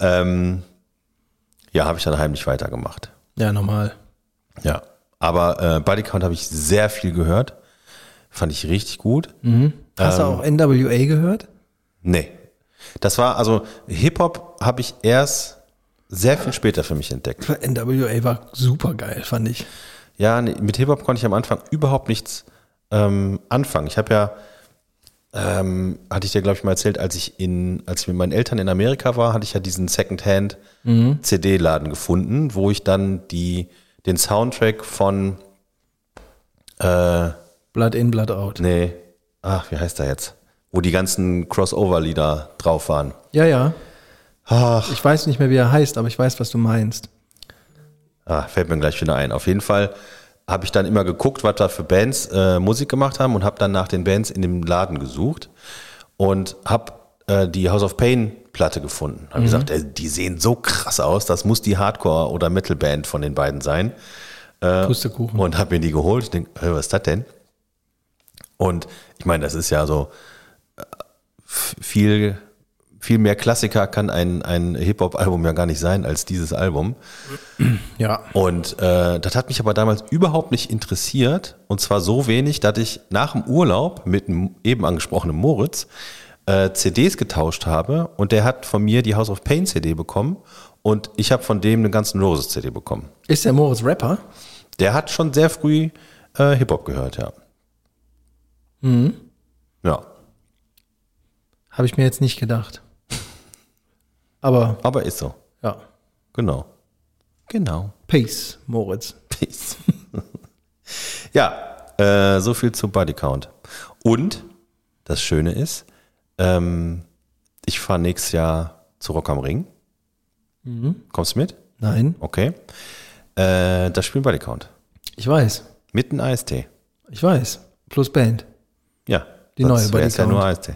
S2: Ähm, ja, habe ich dann heimlich weitergemacht.
S1: Ja, normal.
S2: Ja. Aber äh, Bodycount habe ich sehr viel gehört. Fand ich richtig gut. Ähm.
S1: Hast du auch NWA gehört?
S2: Nee. Das war, also Hip-Hop habe ich erst sehr viel später für mich entdeckt.
S1: NWA war super geil, fand ich.
S2: Ja, nee, mit Hip-Hop konnte ich am Anfang überhaupt nichts ähm, anfangen. Ich habe ja, ähm, hatte ich dir, glaube ich, mal erzählt, als ich in, als ich mit meinen Eltern in Amerika war, hatte ich ja diesen Secondhand-CD-Laden gefunden, wo ich dann die, den Soundtrack von äh,
S1: Blood in, Blood out.
S2: Nee. Ach, wie heißt der jetzt? Wo die ganzen Crossover-Lieder drauf waren.
S1: Ja, ja.
S2: Ach,
S1: Ich weiß nicht mehr, wie er heißt, aber ich weiß, was du meinst.
S2: ah, fällt mir gleich wieder ein. Auf jeden Fall habe ich dann immer geguckt, was da für Bands äh, Musik gemacht haben und habe dann nach den Bands in dem Laden gesucht und habe äh, die House of Pain Platte gefunden. Habe gesagt, äh, die sehen so krass aus, das muss die Hardcore- oder Metal-Band von den beiden sein.
S1: Pustekuchen.
S2: und habe mir die geholt. Ich denke, was ist das denn? Und ich meine, das ist ja so äh, f- viel, viel mehr Klassiker kann ein, ein Hip-Hop-Album ja gar nicht sein als dieses Album.
S1: ja.
S2: Und äh, das hat mich aber damals überhaupt nicht interessiert. Und zwar so wenig, dass ich nach dem Urlaub mit dem eben angesprochenen Moritz äh, CDs getauscht habe. Und der hat von mir die House of Pain CD bekommen. Und ich habe von dem eine ganzen Roses CD bekommen.
S1: Ist der Moritz Rapper?
S2: Der hat schon sehr früh äh, Hip-Hop gehört, ja. Ja,
S1: Habe ich mir jetzt nicht gedacht. Aber
S2: aber ist so.
S1: ja.
S2: Genau. Genau.
S1: Peace, Moritz.
S2: Peace. (laughs) ja, äh, so viel zum Bodycount. Und das Schöne ist, ähm, ich fahre nächstes Jahr zu Rock am Ring.
S1: Mhm.
S2: Kommst du mit?
S1: Nein,
S2: Okay. Äh, das spielen Bodycount.
S1: ich weiß.
S2: Mitten AST.
S1: Ich weiß. Plus Band.
S2: Ja.
S1: Die neue
S2: wär's ja
S1: Bodycount.
S2: nur AST.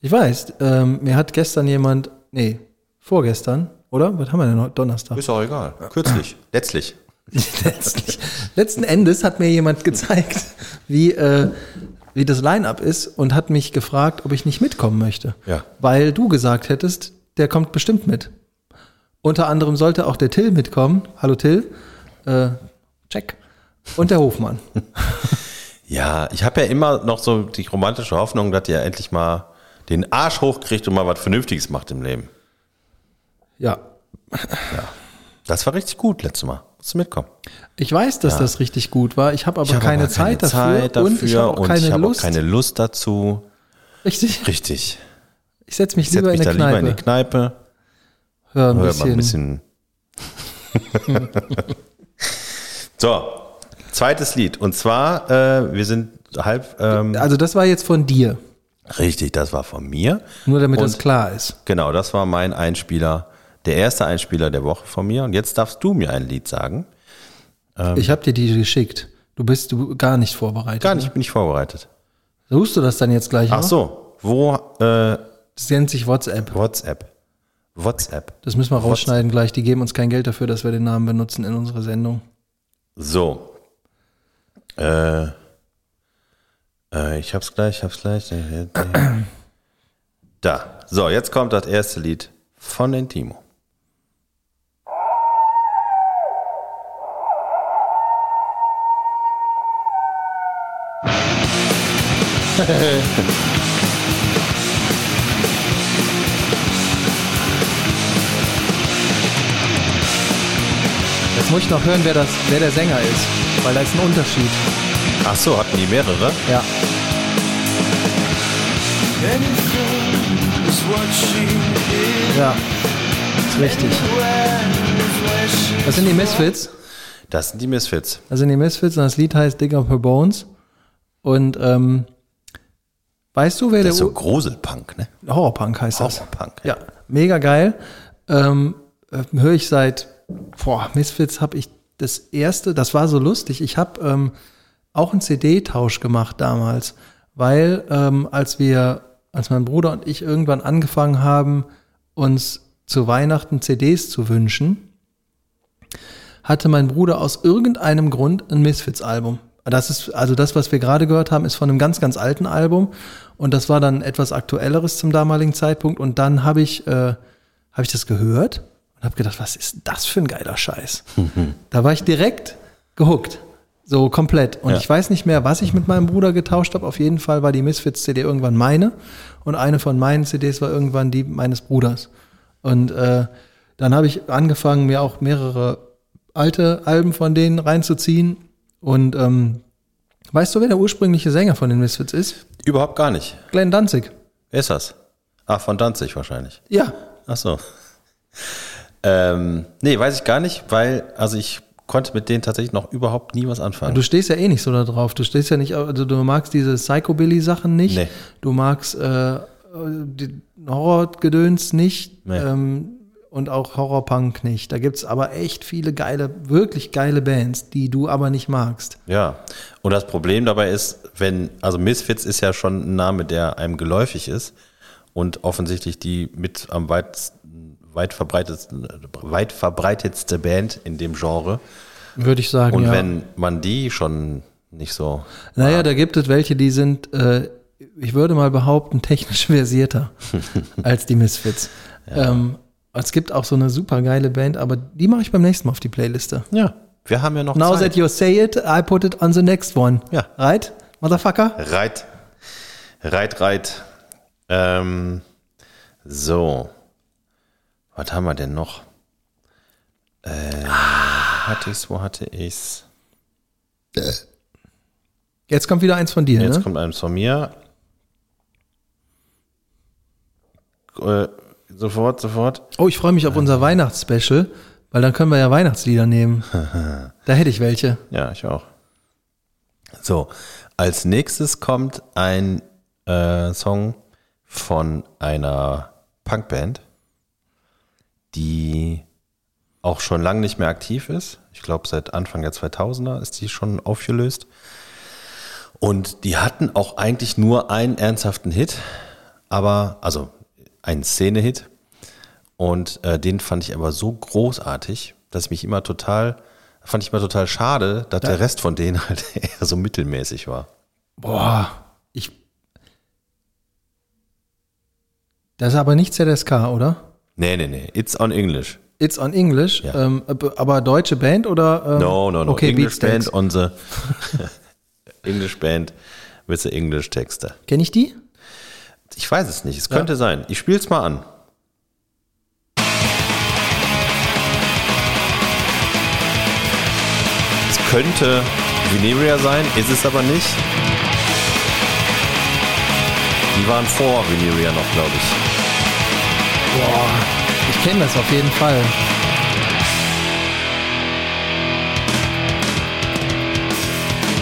S1: Ich weiß. Ähm, mir hat gestern jemand, nee, vorgestern, oder? Was haben wir denn heute? Donnerstag?
S2: Ist auch egal. Kürzlich. Ah. Letztlich.
S1: (laughs) Letztlich, letzten Endes hat mir jemand gezeigt, wie, äh, wie das Line-up ist und hat mich gefragt, ob ich nicht mitkommen möchte.
S2: Ja.
S1: Weil du gesagt hättest, der kommt bestimmt mit. Unter anderem sollte auch der Till mitkommen. Hallo Till. Äh, check. Und der
S2: (laughs)
S1: Hofmann.
S2: Ja, ich habe ja immer noch so die romantische Hoffnung, dass ihr endlich mal den Arsch hochkriegt und mal was Vernünftiges macht im Leben.
S1: Ja.
S2: Das war richtig gut letztes Mal. Musst du mitkommen.
S1: Ich weiß, dass das richtig gut war. Ich habe aber keine, Zeit, dafür und ich habe auch keine
S2: ich hab
S1: Lust.
S2: auch keine Lust dazu.
S1: richtig.
S2: Richtig.
S1: Ich setze mich
S2: Ich
S1: lieber
S2: setze mich
S1: in
S2: da
S1: eine
S2: lieber in die
S1: Kneipe.
S2: Kneipe.
S1: Hör ein
S2: Hör mal ein
S1: bisschen.
S2: bisschen. (laughs) so, zweites Lied. Und zwar, äh, wir sind halb. Ähm,
S1: Also das war jetzt von dir.
S2: richtig, das war von mir.
S1: Nur damit
S2: Und-
S1: das klar ist.
S2: Genau, das war mein Einspieler, der erste Einspieler der Woche von mir. Und jetzt darfst du mir ein Lied sagen.
S1: Ich habe dir die geschickt. Du bist du gar nicht vorbereitet. ne?
S2: Gar nicht, bin ich vorbereitet.
S1: Suchst du das dann jetzt gleich
S2: Ach
S1: noch?
S2: so, wo äh,
S1: Das nennt sich WhatsApp.
S2: WhatsApp? WhatsApp.
S1: Das müssen wir rausschneiden gleich. Die geben uns kein Geld dafür, dass wir den Namen benutzen in unserer Sendung.
S2: So. Äh, äh, ich hab's gleich, ich hab's gleich. Da. So, jetzt kommt das erste Lied von den Timo.
S1: Jetzt muss ich noch hören, wer, das, wer der Sänger ist. Weil da ist ein Unterschied.
S2: Ach so, hatten die mehrere?
S1: Ja.
S4: Anything is what she is.
S1: Ja. Ist richtig. Das sind die Misfits.
S2: Das sind die Misfits.
S1: Das sind die Misfits und das Lied heißt Dig Up Her Bones. Und ähm, weißt du, wer
S2: Das ist
S1: der
S2: so Gruselpunk, ne?
S1: Horrorpunk heißt das.
S2: Horrorpunk,
S1: Ja, mega geil. Ähm, äh, höre ich seit, boah, Misfits habe ich das erste, das war so lustig. Ich habe ähm, auch einen CD-Tausch gemacht damals, weil ähm, als wir, als mein Bruder und ich irgendwann angefangen haben, uns zu Weihnachten CDs zu wünschen, hatte mein Bruder aus irgendeinem Grund ein Misfits-Album. Das ist, also das, was wir gerade gehört haben, ist von einem ganz, ganz alten Album. Und das war dann etwas aktuelleres zum damaligen Zeitpunkt. Und dann habe ich, äh, habe ich das gehört und habe gedacht, was ist das für ein geiler Scheiß? da war ich direkt gehuckt. So komplett. Und
S2: Ja.
S1: ich weiß nicht mehr, was ich mit meinem Bruder getauscht habe. Auf jeden Fall war die Misfits-CD irgendwann meine. Und eine von meinen CDs war irgendwann die meines Bruders. Und äh, dann habe ich angefangen, mir auch mehrere alte Alben von denen reinzuziehen. Und ähm, weißt du, wer der ursprüngliche Sänger von den Misfits ist?
S2: Überhaupt gar nicht.
S1: Glenn Danzig.
S2: Wer ist das? Ah, von Danzig wahrscheinlich.
S1: Ja.
S2: Ach so. Ähm, nee, weiß ich gar nicht, weil, also ich konnte mit denen tatsächlich noch überhaupt nie was anfangen.
S1: Du stehst ja eh nicht so da drauf. Du stehst ja nicht, also du magst diese Psychobilly-Sachen nicht.
S2: Nee.
S1: Du magst äh, äh, die Horrorgedöns nicht.
S2: Nee.
S1: Ähm, und auch Horrorpunk nicht. Da gibt's aber echt viele geile, wirklich geile Bands, die du aber nicht magst.
S2: Ja, und das Problem dabei ist, wenn, also Misfits ist ja schon ein Name, der einem geläufig ist und offensichtlich die mit am weitesten, weit verbreitetsten, weit verbreitetste Band in dem Genre.
S1: Würde ich sagen.
S2: Und
S1: ja.
S2: wenn man die schon nicht so,
S1: Naja, da gibt es welche, die sind, äh, ich würde mal behaupten, technisch (laughs) versierter als die Misfits.
S2: (laughs)
S1: Ähm, es gibt auch so eine super geile Band, aber die mache ich beim nächsten Mal auf die Playliste.
S2: ja, wir haben ja noch
S1: Now that
S2: Zeit.
S1: you say it, I put it on the next one.
S2: Ja.
S1: Right? Motherfucker?
S2: Reit, reit, reit. Ähm, so, was haben wir denn noch? Äh, hatte ich's, wo hatte ich's?
S1: Jetzt kommt wieder eins von dir,
S2: Jetzt
S1: ne?
S2: kommt eins von mir. Äh, sofort, sofort.
S1: Oh, ich freue mich auf unser Weihnachtsspecial, weil dann können wir ja Weihnachtslieder
S2: (laughs)
S1: nehmen. da hätte ich welche.
S2: Ja, ich auch. So, als nächstes kommt ein äh, Song von einer Punkband, die auch schon lange nicht mehr aktiv ist. Ich glaube, seit Anfang der 2000er ist die schon aufgelöst. Und die hatten auch eigentlich nur einen ernsthaften Hit, aber, also einen Szene-Hit. Und äh, den fand ich aber so großartig, dass mich immer total, fand ich immer total schade, dass der Rest von denen (laughs) halt eher so mittelmäßig war.
S1: Boah, ich. Das ist aber nicht ZSK, oder?
S2: Nee, nee, nee. It's on English.
S1: It's on English,
S2: Ja.
S1: ähm, ab- aber deutsche Band oder? Ähm,
S2: No, no, no.
S1: Okay,
S2: English
S1: Beatsteaks.
S2: Band on the (laughs) English Band with the English Texte.
S1: Kenn ich die?
S2: Ich weiß es nicht. Es könnte sein. Ich spiel's mal an. Es könnte Veneria sein, ist es aber nicht. Die waren vor Veneria noch, glaube ich.
S1: Boah, ich kenne das auf jeden Fall.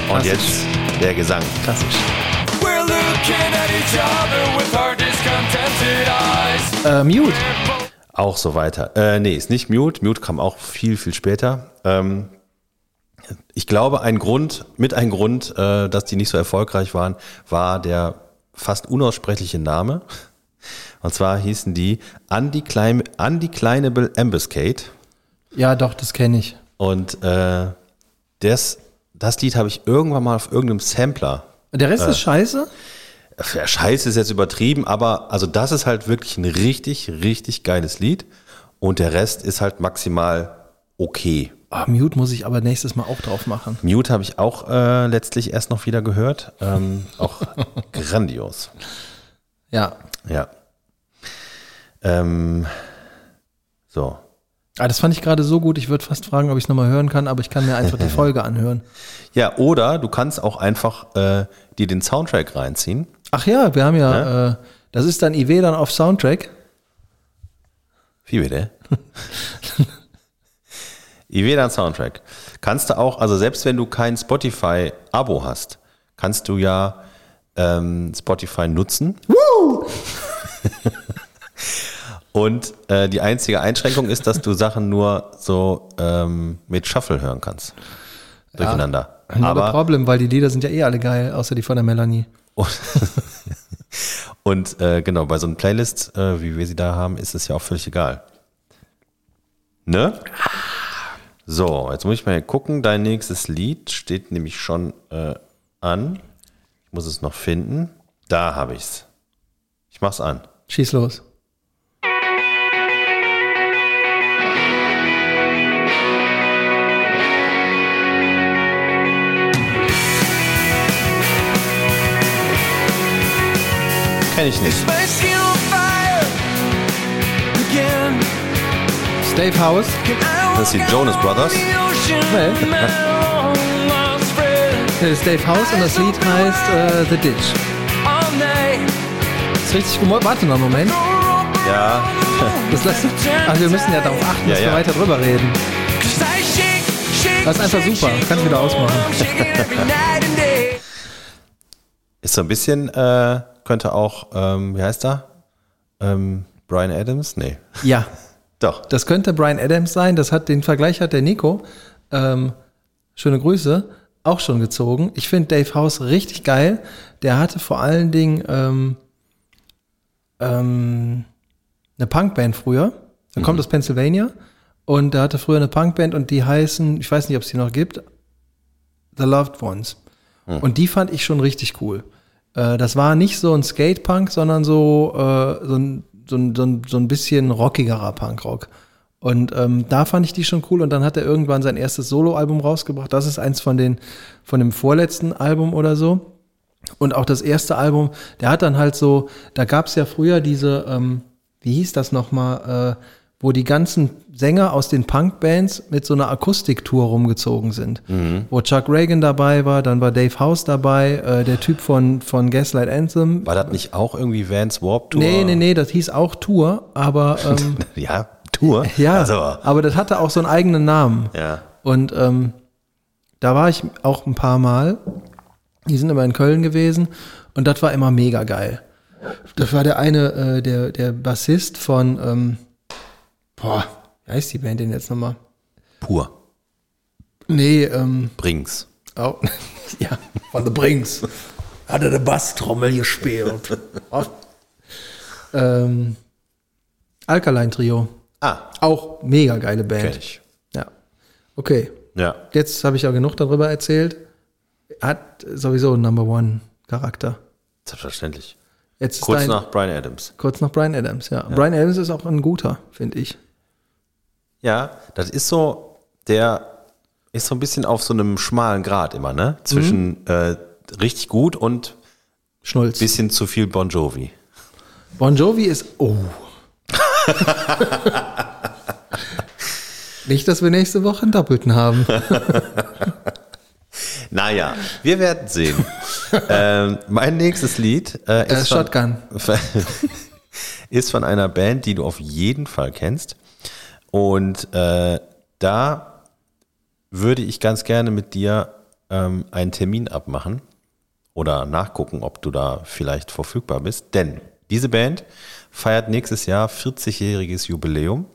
S2: Und
S1: Klassisch.
S2: jetzt der Gesang.
S1: Klassisch.
S4: We're looking at each other with our discontented eyes.
S1: Äh, Mute.
S2: Auch so weiter. Äh, nee, ist nicht Mute. Mute kam auch viel, viel später. Ähm, ich glaube, ein Grund, mit ein Grund, äh, dass die nicht so erfolgreich waren, war der fast unaussprechliche Name. Und zwar hießen die Undeclim Undeclinable Ambuscade.
S1: Ja, doch, das kenne ich.
S2: Und äh, das, das Lied habe ich irgendwann mal auf irgendeinem Sampler
S1: Der
S2: Äh.
S1: Rest ist scheiße.
S2: ja, Scheiße ist jetzt übertrieben, aber also das ist halt wirklich ein richtig, richtig geiles Lied. Und der Rest ist halt maximal okay.
S1: Ah, Mute muss ich aber nächstes Mal auch drauf machen.
S2: Mute habe ich auch äh, letztlich erst noch wieder gehört. Ähm, auch grandios.
S1: Ja.
S2: Ja. Ähm, so.
S1: Ah, das fand ich gerade so gut, ich würde fast fragen, ob ich es nochmal hören kann, aber ich kann mir einfach
S2: (laughs)
S1: die Folge anhören.
S2: Ja, oder du kannst auch einfach äh, dir den Soundtrack reinziehen.
S1: Ach ja, wir haben ja, Äh,
S2: Ne?
S1: das ist dann IW dann auf Soundtrack.
S2: Wie bitte? (laughs) Iveda Soundtrack. Kannst du auch, also selbst wenn du kein Spotify-Abo hast, kannst du ja ähm, Spotify nutzen. Woo! (laughs) Und äh, die einzige Einschränkung ist, dass du Sachen nur so ähm, mit Shuffle hören kannst. Durcheinander.
S1: Aber
S2: Aber
S1: Problem, weil die Lieder sind ja eh alle geil, außer die von der Melanie.
S2: und, und äh, genau, bei so einer Playlist, äh, wie wir sie da haben, ist es ja auch völlig egal. Ne? So, jetzt muss ich mal hier gucken. Dein nächstes Lied steht nämlich schon äh, an. Ich muss es noch finden. Da habe ich's. Ich mach's an.
S1: Schieß los.
S2: Kenne ich nicht.
S4: My skin on fire again.
S1: Stave House.
S2: Das sind die Jonas Brothers.
S1: Well.
S2: (laughs)
S1: Das ist Dave äh, House und das Lied heißt äh, The Ditch. Ist richtig gemolken. Warte noch einen Moment.
S4: (laughs)
S2: Ja.
S1: Das lass, ach, wir müssen ja darauf achten,
S2: Ja,
S1: dass wir
S2: ja.
S1: weiter drüber reden.
S4: Das ist einfach super. Kannst wieder ausmachen.
S2: Ist so ein bisschen, äh, könnte auch, ähm, wie heißt er? Ähm, Brian Adams? Nee.
S1: Ja,
S2: Doch.
S1: das könnte Brian Adams sein. Das hat den Vergleich hat der Nico. Ähm, schöne Grüße. Auch schon gezogen. Ich finde Dave House richtig geil. Der hatte vor allen Dingen ähm, ähm, eine Punkband früher. Er kommt aus Pennsylvania und der hatte früher eine Punkband und die heißen, ich weiß nicht, ob es die noch gibt, The Loved Ones. Und die fand ich schon richtig cool. Äh, das war nicht so ein Skatepunk, sondern so, äh, so, ein, so, ein, so, ein, so ein bisschen rockigerer Punkrock. Und ähm, da fand ich die schon cool. Und dann hat er irgendwann sein erstes Soloalbum rausgebracht. Das ist eins von, den, von dem vorletzten Album oder so. Und auch das erste Album, der hat dann halt so, da gab's ja früher diese, ähm, wie hieß das nochmal, äh, wo die ganzen Sänger aus den Punkbands mit so einer Akustiktour rumgezogen sind.
S2: Mhm.
S1: Wo Chuck Reagan dabei war, dann war Dave House dabei, äh, der Typ von, von Gaslight Anthem.
S2: War das nicht auch irgendwie Vans Warp Tour?
S1: Nee, nee, nee, das hieß auch Tour, aber ähm,
S2: (laughs) Ja, Tour?
S1: ja,
S2: Also,
S1: aber das hatte auch so einen eigenen Namen.
S2: ja.
S1: Und ähm, da war ich auch ein paar Mal. Die sind immer in Köln gewesen und das war immer mega geil. Das war der eine, äh, der, der Bassist von, ähm, boah, wie heißt die Band denn jetzt nochmal?
S2: Pur.
S1: Nee, ähm,
S2: Brings.
S1: oh, (laughs) ja, von The Brings. Hat er eine Basstrommel
S2: (laughs)
S1: gespielt. ähm, Alkaline Trio.
S2: Ah,
S1: Auch mega geile Band.
S2: kenn ich.
S1: Ja. Okay.
S2: Ja.
S1: Jetzt habe ich ja genug darüber erzählt. Hat sowieso einen Number One Charakter.
S2: Selbstverständlich.
S1: Jetzt ist
S2: Kurz
S1: dein-
S2: nach Brian Adams.
S1: kurz nach Brian Adams, ja. Brian Adams ist auch ein guter, finde ich.
S2: Ja, das ist so, der ist so ein bisschen auf so einem schmalen Grat immer, ne?
S1: Mhm.
S2: Zwischen äh, richtig gut und
S1: Schnulz.
S2: bisschen zu viel Bon Jovi.
S1: bon Jovi ist.
S2: (laughs)
S1: Oh. Nicht, dass wir nächste Woche einen Doppelten
S2: (laughs)
S1: haben.
S2: Naja, wir werden
S1: (laughs)
S2: sehen. ähm, mein nächstes Lied äh,
S1: Äh,
S2: ist, von,
S1: Shotgun.
S2: ist von einer Band, die du auf jeden Fall kennst. Und äh, da würde ich ganz gerne mit dir ähm, einen Termin abmachen oder nachgucken, ob du da vielleicht verfügbar bist. Denn diese Band feiert nächstes Jahr 40-jähriges Jubiläum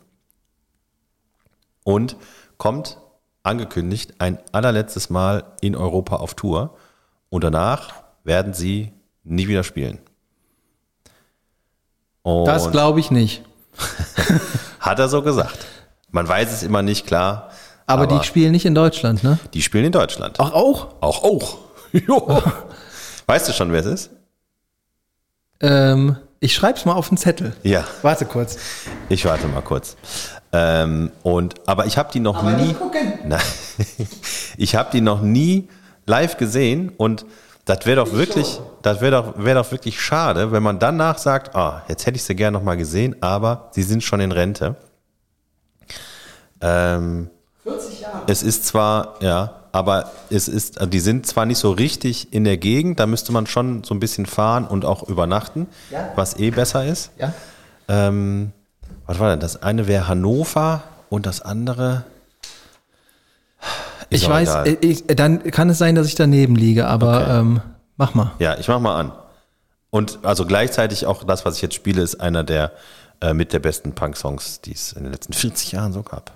S2: und kommt angekündigt ein allerletztes Mal in Europa auf Tour und danach werden sie nie wieder spielen. Und
S1: Das glaube ich nicht.
S2: hat er so gesagt. Man weiß es immer nicht klar,
S1: Aber,
S2: Aber-
S1: die spielen nicht in Deutschland, ne?
S2: die spielen in Deutschland.
S1: Ach, auch?
S2: Auch, auch. (laughs) Jo. weißt du schon, wer es ist?
S1: Ähm, ich schreib's mal auf den Zettel.
S2: Ja,
S1: Warte kurz.
S2: ich warte mal kurz. Ähm, und, aber ich habe die noch nie. (laughs) Nein, ich habe die noch nie live gesehen und das wäre doch wirklich, das wäre doch, wär doch wirklich schade, wenn man danach sagt, ah, jetzt hätte ich sie gerne noch mal gesehen, aber sie sind schon in Rente. Ähm, 40 Jahre. Es ist zwar, ja, aber es ist, also die sind zwar nicht so richtig in der Gegend, da müsste man schon so ein bisschen fahren und auch übernachten, was eh besser ist.
S1: Ja.
S2: Ähm, was war denn? Das eine wäre Hannover und das andere. Ist
S1: Ich
S2: auch
S1: weiß,
S2: egal.
S1: äh, ich, äh, dann kann es sein, dass ich daneben liege, aber
S2: Okay.
S1: ähm, mach mal.
S2: Ja, ich mach mal an. Und also gleichzeitig auch das, was ich jetzt spiele, ist einer der äh, mit der besten Punk-Songs, die es in den letzten 40 Jahren so gab.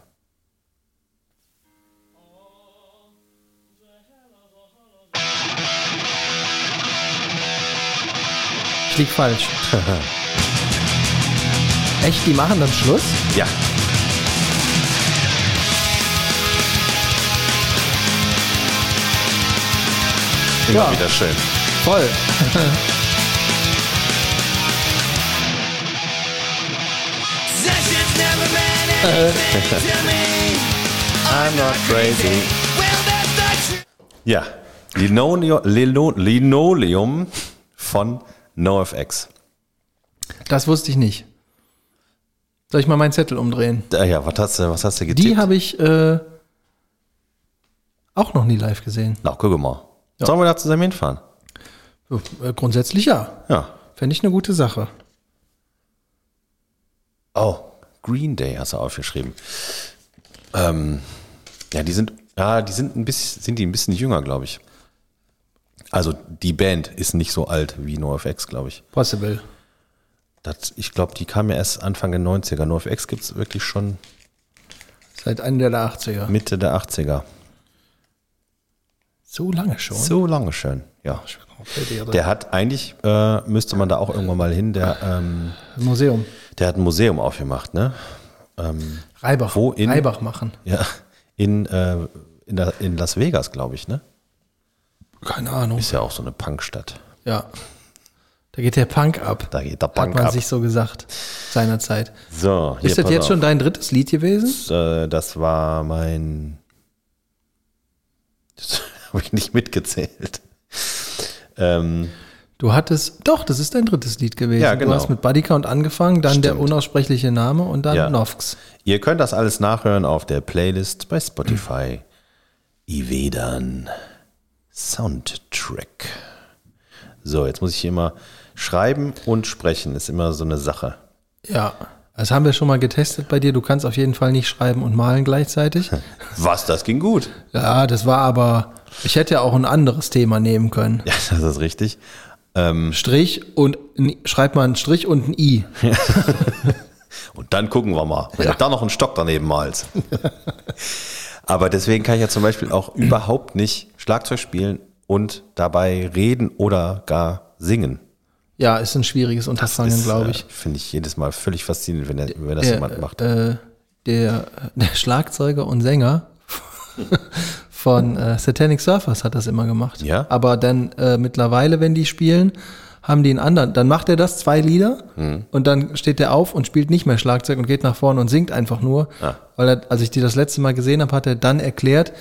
S1: Ich lieg
S2: (laughs)
S1: falsch. Echt, die machen dann Schluss?
S2: Ja, immer
S1: Ja.
S2: wieder schön.
S1: Voll.
S5: Possessions never meant (laughs) anything to me. I'm not crazy. Well, that's the truth.
S2: Ja, Linoleum, Lino, Linoleum von NoFX.
S1: Das wusste ich nicht. Soll ich mal meinen Zettel umdrehen?
S2: Ah Ja, was hast du, was hast du getippt?
S1: Die habe ich äh, auch noch nie live gesehen.
S2: Na, guck mal. Sollen wir da zusammen hinfahren?
S1: So, äh, grundsätzlich ja.
S2: Ja.
S1: Fände ich eine gute Sache.
S2: Oh, Green Day hast du aufgeschrieben. Ähm, ja, die sind, ja, die sind ein bisschen, sind die ein bisschen jünger, glaube ich. Also die Band ist nicht so alt wie NoFX, glaube ich.
S1: Possible.
S2: Das, ich glaube, die kam ja erst Anfang der 90er. NoFX gibt es wirklich schon
S1: Seit Ende der 80er.
S2: Mitte der 80er.
S1: So lange schon.
S2: So lange schön, ja. Der hat eigentlich, äh, müsste man da auch irgendwann mal hin, der, ähm,
S1: Museum.
S2: der hat ein Museum aufgemacht, ne? Ähm,
S1: Reibach.
S2: Wo in-
S1: Reibach machen.
S2: ja, in, äh, in, der, in Las Vegas, glaube ich, ne?
S1: Keine Ahnung.
S2: Ist ja auch so eine Punkstadt.
S1: Ja. Da geht der Punk ab.
S2: Da geht der
S1: hat
S2: Punk
S1: man
S2: ab.
S1: sich so gesagt. Seinerzeit.
S2: So, hier,
S1: Ist das
S2: pass
S1: jetzt
S2: auf.
S1: schon dein drittes Lied gewesen?
S2: Äh, das war mein. Das (laughs) habe ich nicht mitgezählt. Ähm,
S1: Du hattest, doch, das ist dein drittes Lied gewesen.
S2: Ja, genau.
S1: Du hast mit Bodycount angefangen, dann der unaussprechliche Name und dann
S2: Ja.
S1: Novx.
S2: ihr könnt das alles nachhören auf der Playlist bei Spotify. Ivedan Soundtrack. So, jetzt muss ich hier immer schreiben und sprechen. Ist immer so eine Sache.
S1: Ja. Das haben wir schon mal getestet bei dir. Du kannst auf jeden Fall nicht schreiben und malen
S2: (laughs)
S1: gleichzeitig.
S2: Was, das ging gut.
S1: Ja, das war aber, ich hätte ja auch ein anderes Thema nehmen können.
S2: Ja, (laughs) das ist richtig.
S1: Strich und, ein- schreib mal einen Strich und ein I.
S2: Und dann gucken wir mal, wenn du da noch einen Stock daneben malst.
S1: (laughs)
S2: Aber deswegen kann ich ja zum Beispiel auch überhaupt nicht Schlagzeug spielen und dabei reden oder gar singen.
S1: Ja, ist ein schwieriges Unterfangen,
S2: Ist,
S1: glaube
S2: äh,
S1: ich.
S2: Finde ich jedes Mal völlig faszinierend, wenn, der, wenn das jemand macht.
S1: Äh, der, der Schlagzeuger und Sänger (laughs) von äh, Satanic Surfers hat das immer gemacht.
S2: Ja?
S1: Aber dann äh, mittlerweile, wenn die spielen, haben die einen anderen. Dann macht er das zwei Lieder
S2: Mhm.
S1: und dann steht er auf und spielt nicht mehr Schlagzeug und geht nach vorne und singt einfach nur.
S2: Ah.
S1: Weil er, als ich die das letzte Mal gesehen habe, hat er dann erklärt,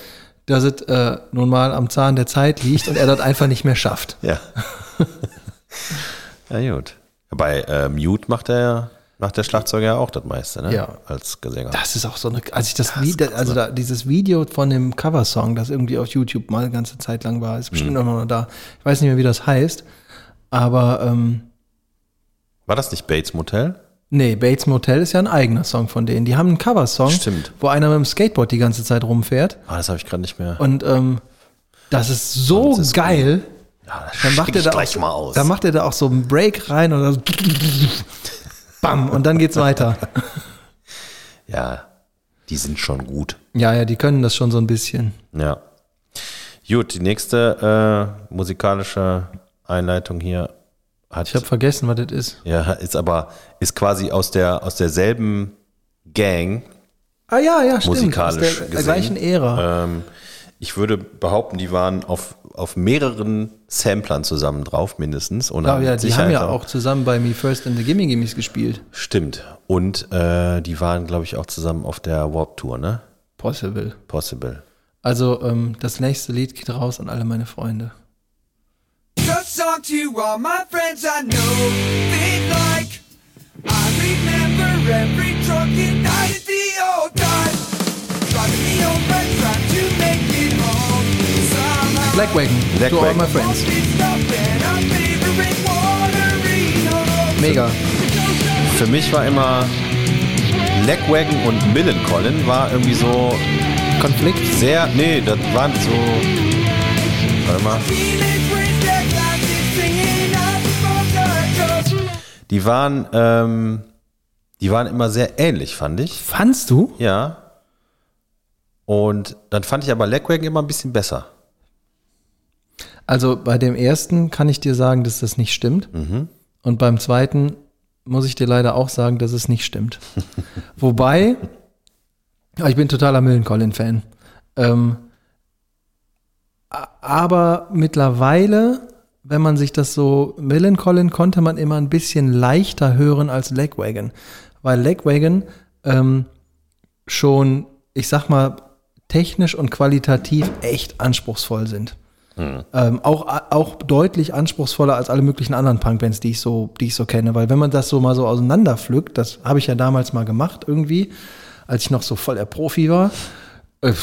S1: dass es äh, nun mal am Zahn der Zeit liegt und er das einfach nicht mehr schafft. (laughs)
S2: Ja. ja, gut. Bei äh, Mute macht der, macht der Schlagzeuger ja auch das meiste, ne?
S1: Ja.
S2: Als Sänger.
S1: Das ist auch so eine, als ich das, Lied, also
S2: ne?
S1: da, dieses Video von dem Coversong, das irgendwie auf YouTube mal eine ganze Zeit lang war, ist
S2: Mhm.
S1: bestimmt auch noch da. Ich weiß nicht mehr, wie das heißt, aber ähm,
S2: War das nicht Bates Motel?
S1: nee, Bates Motel ist ja ein eigener Song von denen. Die haben einen Coversong,
S2: Stimmt.
S1: wo einer mit dem Skateboard die ganze Zeit rumfährt
S2: Ah, das habe ich gerade nicht mehr.
S1: und ähm, das ist so
S2: Das ist gut.
S1: geil.
S2: ja, das
S1: Dann macht er
S2: schicke Ah, ich
S1: da
S2: gleich
S1: auch,
S2: mal aus.
S1: Dann macht er da auch so einen Break rein und dann (laughs) bam und dann geht's weiter.
S2: ja, die sind schon gut.
S1: Ja, ja, die können das schon so ein bisschen.
S2: Ja. Gut, die nächste äh, musikalische Einleitung hier hat
S1: Ich habe vergessen, was das ist.
S2: ja ist aber ist quasi aus der aus derselben Gang.
S1: Ah ja, ja, stimmt.
S2: Musikalisch
S1: Aus der, der
S2: gesehen.
S1: gleichen Ära.
S2: Ähm, ich würde behaupten, die waren auf, auf mehreren Samplern zusammen drauf mindestens und
S1: ja, ja, die haben
S2: Sicherheit
S1: ja auch zusammen bei Me First and the Gimme Gimmes gespielt.
S2: stimmt und äh, die waren glaube ich auch zusammen auf der Warp Tour, ne?
S1: Possible.
S2: Possible.
S1: Also ähm, das nächste Lied geht raus an alle meine Freunde.
S5: Good song to all my friends I know. Think like I remember every drunken night at the old time. Driving the old red track to make it home. Somehow.
S1: Black Wagon,
S2: Black
S1: To All
S2: Wagon.
S1: My Friends. Mega.
S2: Für mich war immer Legwagon und Millencolin war irgendwie so
S1: Konflikt.
S2: sehr, nee, das waren so. Warte mal. Die waren ähm, Die waren immer sehr ähnlich, fand ich.
S1: Fandst du?
S2: Ja. Und dann fand ich aber Lagwagon immer ein bisschen besser.
S1: Also bei dem ersten kann ich dir sagen, dass das nicht stimmt. Und beim zweiten muss ich dir leider auch sagen, dass es nicht stimmt. Wobei, ja, ich bin totaler Millencolin-Fan. Ähm, a- aber mittlerweile, wenn man sich das so, Millencolin konnte man immer ein bisschen leichter hören als Legwagon. Weil Legwagon ähm, schon, ich sag mal, technisch und qualitativ echt anspruchsvoll sind. Ähm, auch, auch deutlich anspruchsvoller als alle möglichen anderen Punkbands, die ich so, die ich so kenne. Weil wenn man das so mal so auseinanderpflückt, das habe ich ja damals mal gemacht irgendwie, als ich noch so voll der Profi war. Äh,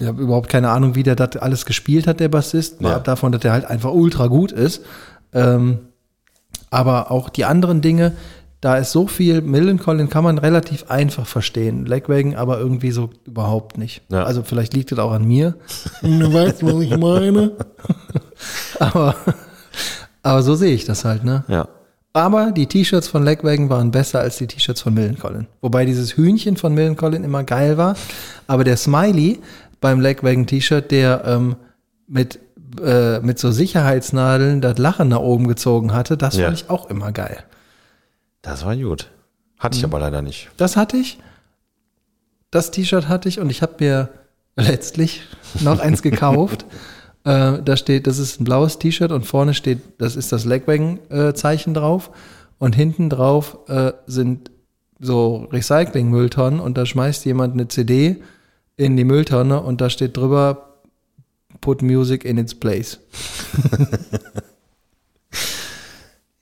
S1: Ich habe überhaupt keine Ahnung, wie der das alles gespielt hat, der Bassist. Mal
S2: Ja.
S1: ab davon, dass der halt einfach ultra gut ist. Ähm, aber auch die anderen Dinge, da ist so viel, Millencolin kann man relativ einfach verstehen. Lagwagon aber irgendwie so überhaupt nicht.
S2: Ja.
S1: Also vielleicht liegt das auch an mir.
S6: Du weißt, was ich meine?
S1: Aber so sehe ich das halt, ne?
S2: Ja.
S1: Aber die T-Shirts von Lagwagon waren besser als die T-Shirts von Millencolin. Wobei dieses Hühnchen von Millencolin immer geil war. Aber der Smiley beim Lagwagon-T-Shirt, der ähm, mit, äh, mit so Sicherheitsnadeln das Lachen nach oben gezogen hatte, das
S2: Ja.
S1: fand ich auch immer geil.
S2: Das war gut. Hatte ich aber leider nicht.
S1: Das hatte ich. Das T-Shirt hatte ich und ich habe mir letztlich noch eins gekauft.
S2: (laughs)
S1: äh, da steht, das ist ein blaues T-Shirt und vorne steht, das ist das Legwagon-Zeichen drauf und hinten drauf äh, sind so Recycling-Mülltonnen und da schmeißt jemand eine CD in die Mülltonne und da steht drüber, put music in its place.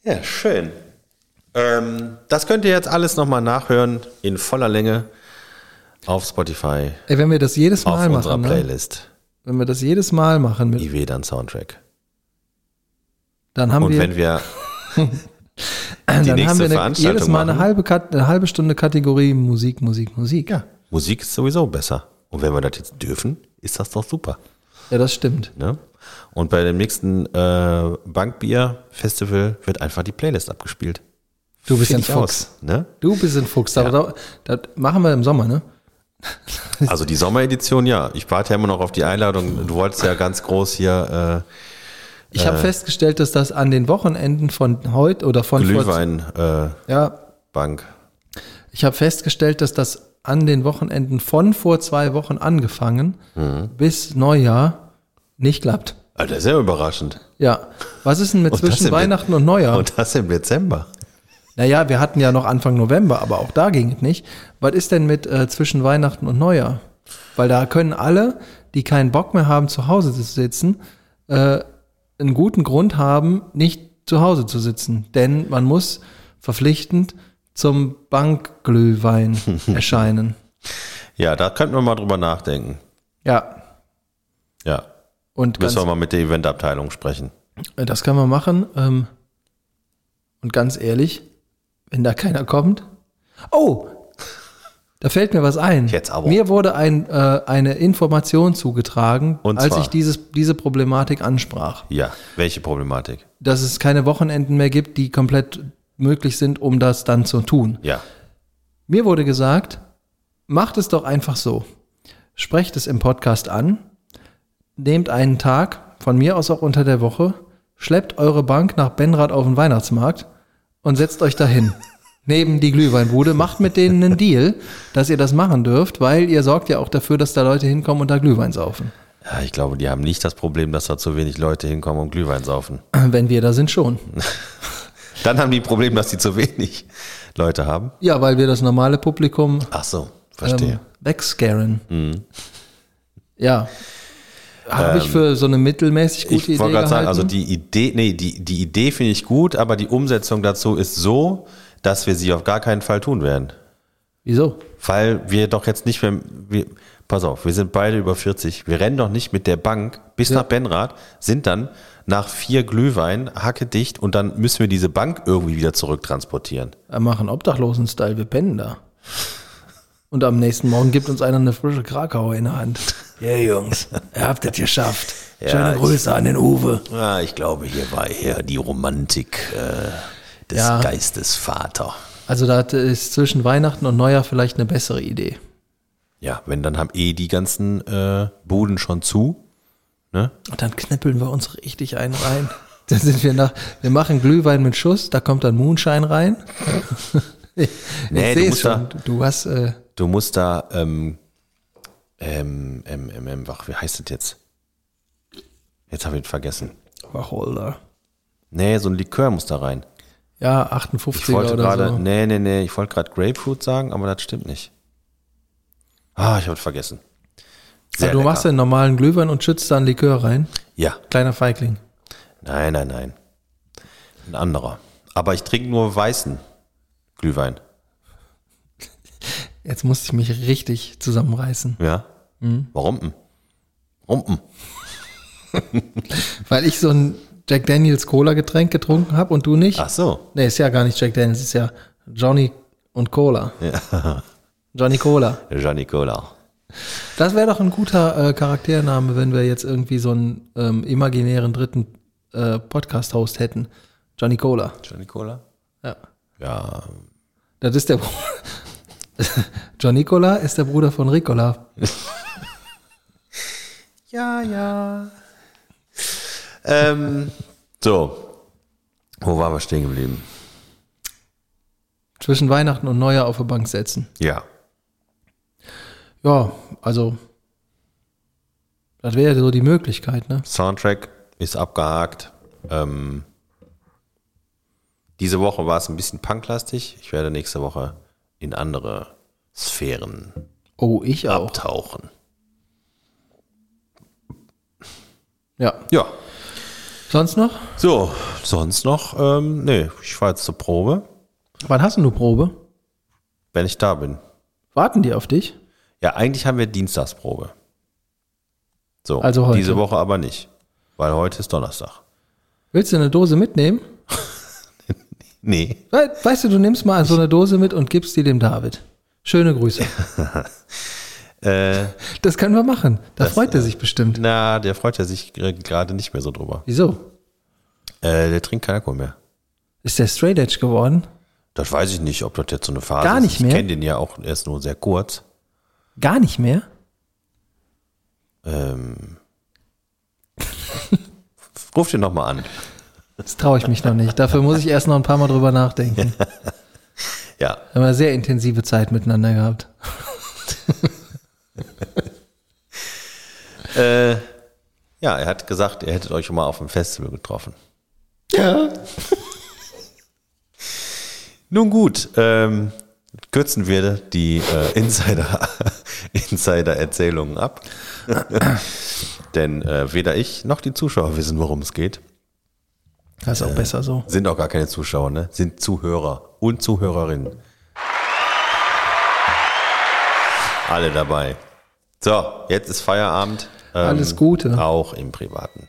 S2: Ja, schön. Ähm, das könnt ihr jetzt alles nochmal nachhören in voller Länge auf Spotify,
S1: Ey, wenn wir das jedes
S2: auf
S1: Mal
S2: unserer
S1: machen, ne?
S2: Playlist.
S1: wenn wir das jedes Mal machen, mit,
S2: IW dann Soundtrack.
S1: dann haben
S2: Und
S1: wir
S2: wenn wir
S1: die dann
S2: nächste
S1: haben wir eine,
S2: Veranstaltung
S1: jedes Mal eine
S2: machen.
S1: halbe, Kat- eine halbe Stunde Kategorie Musik, Musik, Musik. Ja.
S2: Musik ist sowieso besser. Und wenn wir das jetzt dürfen, ist das doch super.
S1: Ja, das stimmt.
S2: Ne? Und bei dem nächsten äh, Bankbier-Festival wird einfach die Playlist abgespielt.
S1: Du bist ein
S2: Fertig
S1: Fuchs.
S2: aus, Ne?
S1: Du bist ein Fuchs. Aber da, das machen wir im Sommer, ne?
S2: Also die Sommeredition, ja. Ich warte ja immer noch auf die Einladung. Du wolltest ja ganz groß hier äh,
S1: Ich habe festgestellt, dass das an den Wochenenden von heute oder
S2: äh,
S1: von
S2: Glühwein-Bank.
S1: vor, ja, ich habe festgestellt, dass das an den Wochenenden von vor zwei Wochen angefangen
S2: Mhm.
S1: bis Neujahr nicht klappt.
S2: Alter, sehr überraschend.
S1: Ja. Was ist denn mit
S2: Und das
S1: zwischen
S2: im-
S1: Weihnachten und Neujahr?
S2: Und das im Dezember.
S1: Naja, wir hatten ja noch Anfang November, aber auch da ging es nicht. Was ist denn mit äh, zwischen Weihnachten und Neujahr? Weil da können alle, die keinen Bock mehr haben, zu Hause zu sitzen, äh, einen guten Grund haben, nicht zu Hause zu sitzen. Denn man muss verpflichtend zum
S2: (laughs)
S1: Bankglühwein erscheinen.
S2: Ja, da könnten wir mal drüber nachdenken.
S1: Ja,
S2: Ja,
S1: und ganz,
S2: müssen wir mal mit der Eventabteilung sprechen.
S1: äh, das können wir machen. Ähm, und ganz ehrlich, wenn da keiner kommt. Oh, Da fällt mir was ein.
S2: Jetzt aber.
S1: Mir wurde ein, äh, eine Information zugetragen,
S2: Und
S1: als
S2: zwar?
S1: ich dieses, diese Problematik ansprach,
S2: Ja, welche Problematik?
S1: dass es keine Wochenenden mehr gibt, die komplett möglich sind, um das dann zu tun.
S2: Ja,
S1: Mir wurde gesagt, macht es doch einfach so. Sprecht es im Podcast an, nehmt einen Tag, von mir aus auch unter der Woche, schleppt eure Bank nach Benrath auf den Weihnachtsmarkt und setzt euch dahin. Neben die Glühweinbude, macht mit denen einen Deal, dass ihr das machen dürft, weil ihr sorgt ja auch dafür, dass da Leute hinkommen und da Glühwein saufen.
S2: Ja, ich glaube, die haben nicht das Problem, dass da zu wenig Leute hinkommen und Glühwein saufen.
S1: Wenn wir da sind schon.
S2: Dann haben die ein Problem, dass die zu wenig Leute haben.
S1: Ja, weil wir das normale Publikum
S2: Ach so,
S1: ähm,
S2: verstehe. Mhm.
S1: wegscaren. Ja. Habe ich für so eine mittelmäßig gute
S2: Ähm, ich
S1: Idee
S2: wollte gerade sagen,
S1: gehalten.
S2: also die Idee, nee, die, die Idee finde ich gut, aber die Umsetzung dazu ist so, dass wir sie auf gar keinen Fall tun werden.
S1: Wieso?
S2: Weil wir doch jetzt nicht mehr, wir, pass auf, wir sind beide über 40. Wir rennen doch nicht mit der Bank bis nach Benrath, sind dann nach vier Glühwein hacke dicht und dann müssen wir diese Bank irgendwie wieder zurücktransportieren.
S1: Wir machen Obdachlosen-Style, wir pennen da. Und am nächsten Morgen gibt uns einer eine frische Krakauer in der
S2: (laughs)
S1: Hand. Yeah, Jungs, ihr habt es geschafft. Schöne
S2: ich-
S1: Grüße an den Uwe.
S2: Ja, ich glaube, hier war eher die Romantik äh, des
S1: Ja.
S2: Geistes Vater.
S1: Also da hatte ich zwischen Weihnachten und Neujahr vielleicht eine bessere Idee.
S2: Ja, wenn dann haben eh die ganzen äh, Buden schon zu. Ne?
S1: Und dann knäppeln wir uns richtig einen rein. Dann sind wir nach, wir machen Glühwein mit Schuss, da kommt dann Moonshine
S2: (laughs)
S1: rein. ich
S2: Nee, du
S1: seh's
S2: musst da-
S1: du hast, äh,
S2: Du musst da, ähm, ähm, ähm, ähm, ähm, ach, wie heißt das jetzt? Jetzt habe ich ihn vergessen.
S1: Wacholder.
S2: Nee, so ein Likör muss da rein.
S1: Ja,
S2: Ich
S1: 58er
S2: wollte
S1: oder
S2: gerade,
S1: so.
S2: nee, nee, nee, ich wollte gerade Grapefruit sagen, aber das stimmt nicht. Ah, ich habe es vergessen.
S1: Also du
S2: lecker.
S1: machst den normalen Glühwein und schützt dann Likör rein.
S2: Ja,
S1: Kleiner Feigling.
S2: nein, nein, nein. Ein anderer. Aber ich trinke nur weißen Glühwein.
S1: Jetzt musste ich mich richtig zusammenreißen,
S2: Ja.
S1: Mhm.
S2: Warum? denn? Rumpen.
S1: weil ich so ein Jack Daniels Cola Getränk getrunken habe und du nicht.
S2: Ach so.
S1: Nee, ist ja gar nicht Jack Daniels, ist ja Johnny und Cola.
S2: (laughs)
S1: Johnny Cola.
S2: Giannicola.
S1: Das wäre doch ein guter äh, Charaktername, wenn wir jetzt irgendwie so einen ähm, imaginären dritten äh, Podcast-Host hätten. Johnny Cola.
S2: Giannicola?
S1: Ja.
S2: Ja.
S1: Das ist der Bruder. (laughs) Johnny Cola ist der Bruder von Ricola.
S2: Ja, ja. Ähm, so. Wo waren wir stehen geblieben?
S1: Zwischen Weihnachten und Neujahr auf der Bank setzen.
S2: Ja.
S1: Ja, also. Das wäre so die Möglichkeit, ne?
S2: Soundtrack ist abgehakt. Ähm, diese Woche war es ein bisschen punklastig. Ich werde nächste Woche in andere Sphären
S1: Oh, ich auch.
S2: abtauchen.
S1: Ja.
S2: Ja.
S1: Sonst noch?
S2: So, sonst noch? Ähm, nee, ich fahre jetzt zur Probe,
S1: Wann hast denn du Probe?
S2: wenn ich da bin.
S1: Warten die auf dich?
S2: Ja, eigentlich haben wir Dienstagsprobe. So,
S1: Also heute.
S2: diese Woche aber nicht, weil heute ist Donnerstag.
S1: Willst du eine Dose mitnehmen?
S2: Nee.
S1: We weißt du, du nimmst mal so eine Dose mit und gibst die dem David. Schöne Grüße.
S2: Äh,
S1: Das können wir machen. Da freut er sich bestimmt.
S2: na, der freut ja sich äh, gerade nicht mehr so drüber.
S1: Wieso?
S2: Äh, der trinkt keinen Alkohol mehr.
S1: Ist der Straight Edge geworden?
S2: Das weiß ich nicht, ob das jetzt so eine Phase
S1: Gar
S2: ist.
S1: nicht
S2: Ich
S1: mehr?
S2: kenne den ja auch erst nur sehr kurz.
S1: Gar nicht mehr? (laughs)
S2: Ähm, ruf den nochmal an.
S1: Das traue ich mich noch nicht. Dafür muss ich erst noch ein paar Mal drüber nachdenken. Wir
S2: Ja,
S1: haben eine sehr intensive Zeit miteinander gehabt.
S2: ja, er hat gesagt, ihr hättet euch schon mal auf dem Festival getroffen.
S1: Ja.
S2: (laughs) Nun gut, ähm, kürzen wir die äh, Insider- (laughs) Insider-Erzählungen ab. Denn äh, weder ich noch die Zuschauer wissen, worum es geht.
S1: Das ist auch besser so.
S2: Sind auch gar keine Zuschauer, ne? Sind Zuhörer und Zuhörerinnen. Alle dabei. So, jetzt ist Feierabend. Ähm,
S1: Alles Gute.
S2: Auch im Privaten.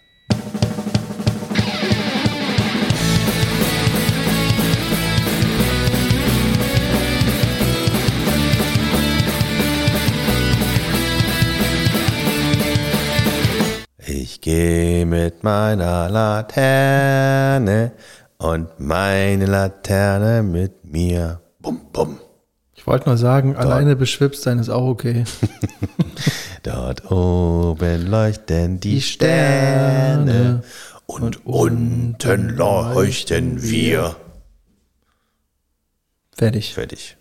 S2: Ich gehe mit meiner Laterne und meine Laterne mit mir. Bum, bum.
S1: Ich wollte nur sagen, alleine beschwipst sein ist auch okay.
S2: Dort oben leuchten die,
S1: Die
S2: Sterne, und unten leuchten wir.
S1: Fertig.
S2: Fertig.